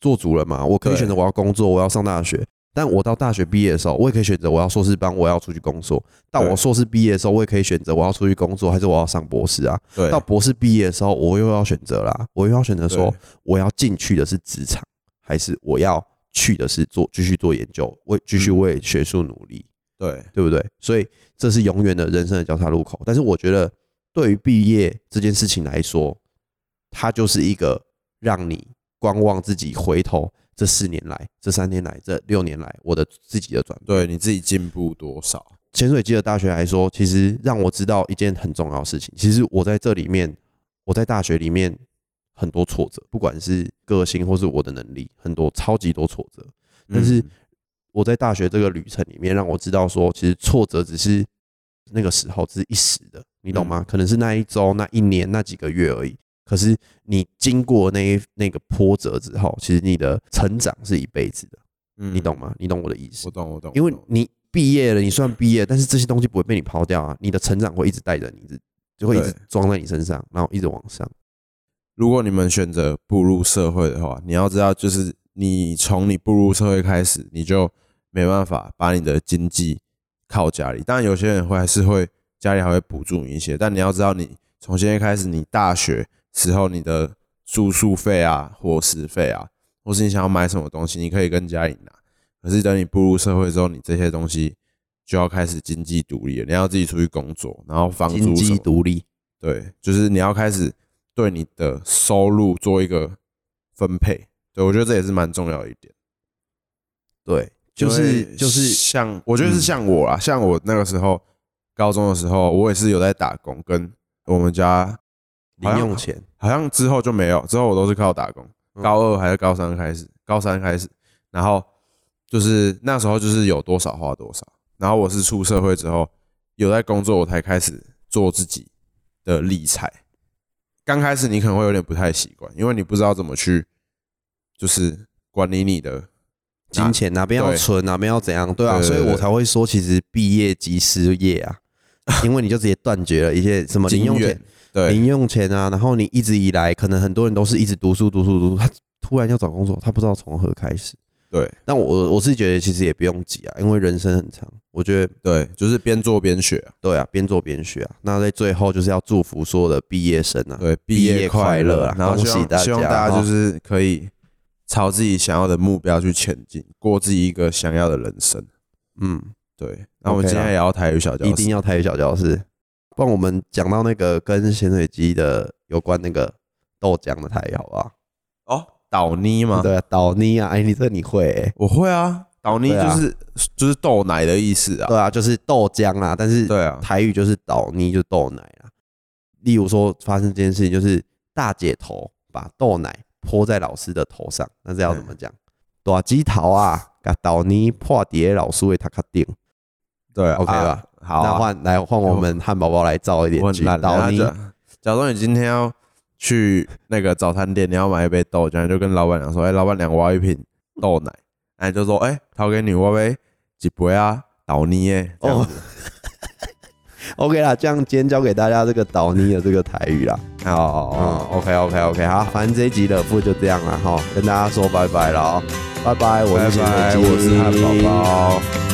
A: 做足了嘛，我可以
B: 对
A: 选择我要工作，我要上大学。但我到大学毕业的时候，我也可以选择我要硕士班，我要出去工作。到
B: 对
A: 我硕士毕业的时候，我也可以选择我要出去工作，还是我要上博士啊？
B: 对，
A: 到博士毕业的时候，我又要选择啦，我又要选择说
B: 对
A: 我要进去的是职场，还是我要去的是做继续做研究，为继续
B: 嗯
A: 为学术努力。
B: 对，
A: 对不对？所以这是永远的人生的交叉路口。但是我觉得，对于毕业这件事情来说，它就是一个让你观望自己回头这四年来、这三年来、这六年来我的自己的转变。
B: 对，你自己进步多少？
A: 潜水机的大学来说，其实让我知道一件很重要的事情。其实我在这里面，我在大学里面很多挫折，不管是个性或是我的能力，很多超级多挫折。但是
B: 嗯
A: 我在大学这个旅程里面，让我知道说，其实挫折只是那个时候只是一时的，你懂吗？可能是那一周、那一年、那几个月而已。可是你经过那一那个波折之后，其实你的成长是一辈子的，
B: 嗯
A: 你懂？吗？你懂我的意思
B: 我？懂，我懂，
A: 因为
B: 我懂
A: 你毕业了，你虽然毕业，但是这些东西不会被你抛掉啊，你的成长会一直带着你，一直就会一直
B: 对
A: 装在你身上，然后一直往上。
B: 如果你们选择步入社会的话，你要知道，就是你从你步入社会开始，你就没办法把你的经济靠家里。当然，有些人会还是会家里还会补助你一些，但你要知道你，从现在开始，你大学时候你的住宿费啊、伙食费啊，或是你想要买什么东西，你可以跟家里拿。可是等你步入社会之后，你这些东西就要开始经济独立了，你要自己出去工作，然后房租
A: 经
B: 什
A: 济
B: 么
A: 独立，
B: 对，就是你要开始对你的收入做一个分配。对我觉得这也是蛮重要的一点，
A: 对，就
B: 因
A: 是
B: 为
A: 就是嗯
B: 像我觉得是像我啊，像我那个时候高中的时候，我也是有在打工，跟我们家好
A: 零
B: 像
A: 用钱，
B: 好像之后就没有，之后我都是靠打工，
A: 嗯
B: 高二还是高三开始，高三开始，然后就是那时候就是有多少花多少，然后我是出社会之后有在工作，我才开始做自己的理财。刚开始你可能会有点不太习惯，因为你不知道怎么去就是管理你的
A: 金钱哪边要
B: 对
A: 存，哪边要怎样，对啊，
B: 对
A: 所
B: 对
A: 以我
B: 对
A: 才会说，其实毕业即失业啊，因为你就直接断绝了一些什么零
B: 经
A: 用
B: 验
A: 钱、
B: 对
A: 零用钱啊，然后你一直以来，可能很多人都是一直读书、读书、读书，他突然要找工作，他不知道从何开始。
B: 对
A: 但我我是觉得其实也不用急啊，因为人生很长，我觉得
B: 对，就是边做边学啊、
A: 对啊，边做边学啊。那在最后就是要祝福所有的毕业生啊，
B: 对，
A: 毕
B: 毕
A: 业
B: 业
A: 快
B: 快
A: 乐
B: 乐
A: 啊
B: 然后
A: 恭
B: 希
A: 喜
B: 望
A: 大
B: 希望
A: 家哦
B: 大家
A: 哈
B: 就是可以朝自己想要的目标去前进，过自己一个想要的人生。
A: 嗯，
B: 对，那我们
A: OK
B: 今天
A: 啦
B: 也要台语小教
A: 一
B: 室
A: 定要台语小教室。不然我们讲到那个跟咸水鸡的有关那个豆浆的台语好不好？
B: 哦，倒妮吗？
A: 对啊，倒妮啊，哎，你这你会、欸？
B: 我会啊，倒泥
A: 对
B: 就
A: 啊
B: 是就是豆奶的意思啊。
A: 对啊，就是豆浆啦，但是
B: 对啊，
A: 台语就是倒泥就是豆奶啦。例如说发生这件事情，就是大姐头把豆奶泼在老师的头上，那这要怎么讲？大鸡头啊，把倒泥破碟老师为他卡定。
B: 对
A: OK
B: 啊
A: 吧？
B: 好
A: 那
B: 啊，
A: 换来换我们汉堡包来造一
B: 我
A: 点
B: 很
A: 句，
B: 烂。
A: 倒
B: 然
A: 泥
B: 后就假如你今天要去那个早餐店，你要买一杯豆浆，你就跟老板娘说：“哎、老板娘，我要一瓶豆奶。”哎，就说：“哎、掏给你，我杯几杯啊，倒泥耶。”哦
A: 哦，OK 啦，这样今天教给大家这个倒泥的这个台语啦。
B: 好好好
A: 嗯，OK OK OK，好，反正这一集的付就这样了哈，跟大家说拜拜了哦，拜拜，我
B: 拜
A: 是咸
B: 拜，
A: 水鸡
B: 我是汉堡包。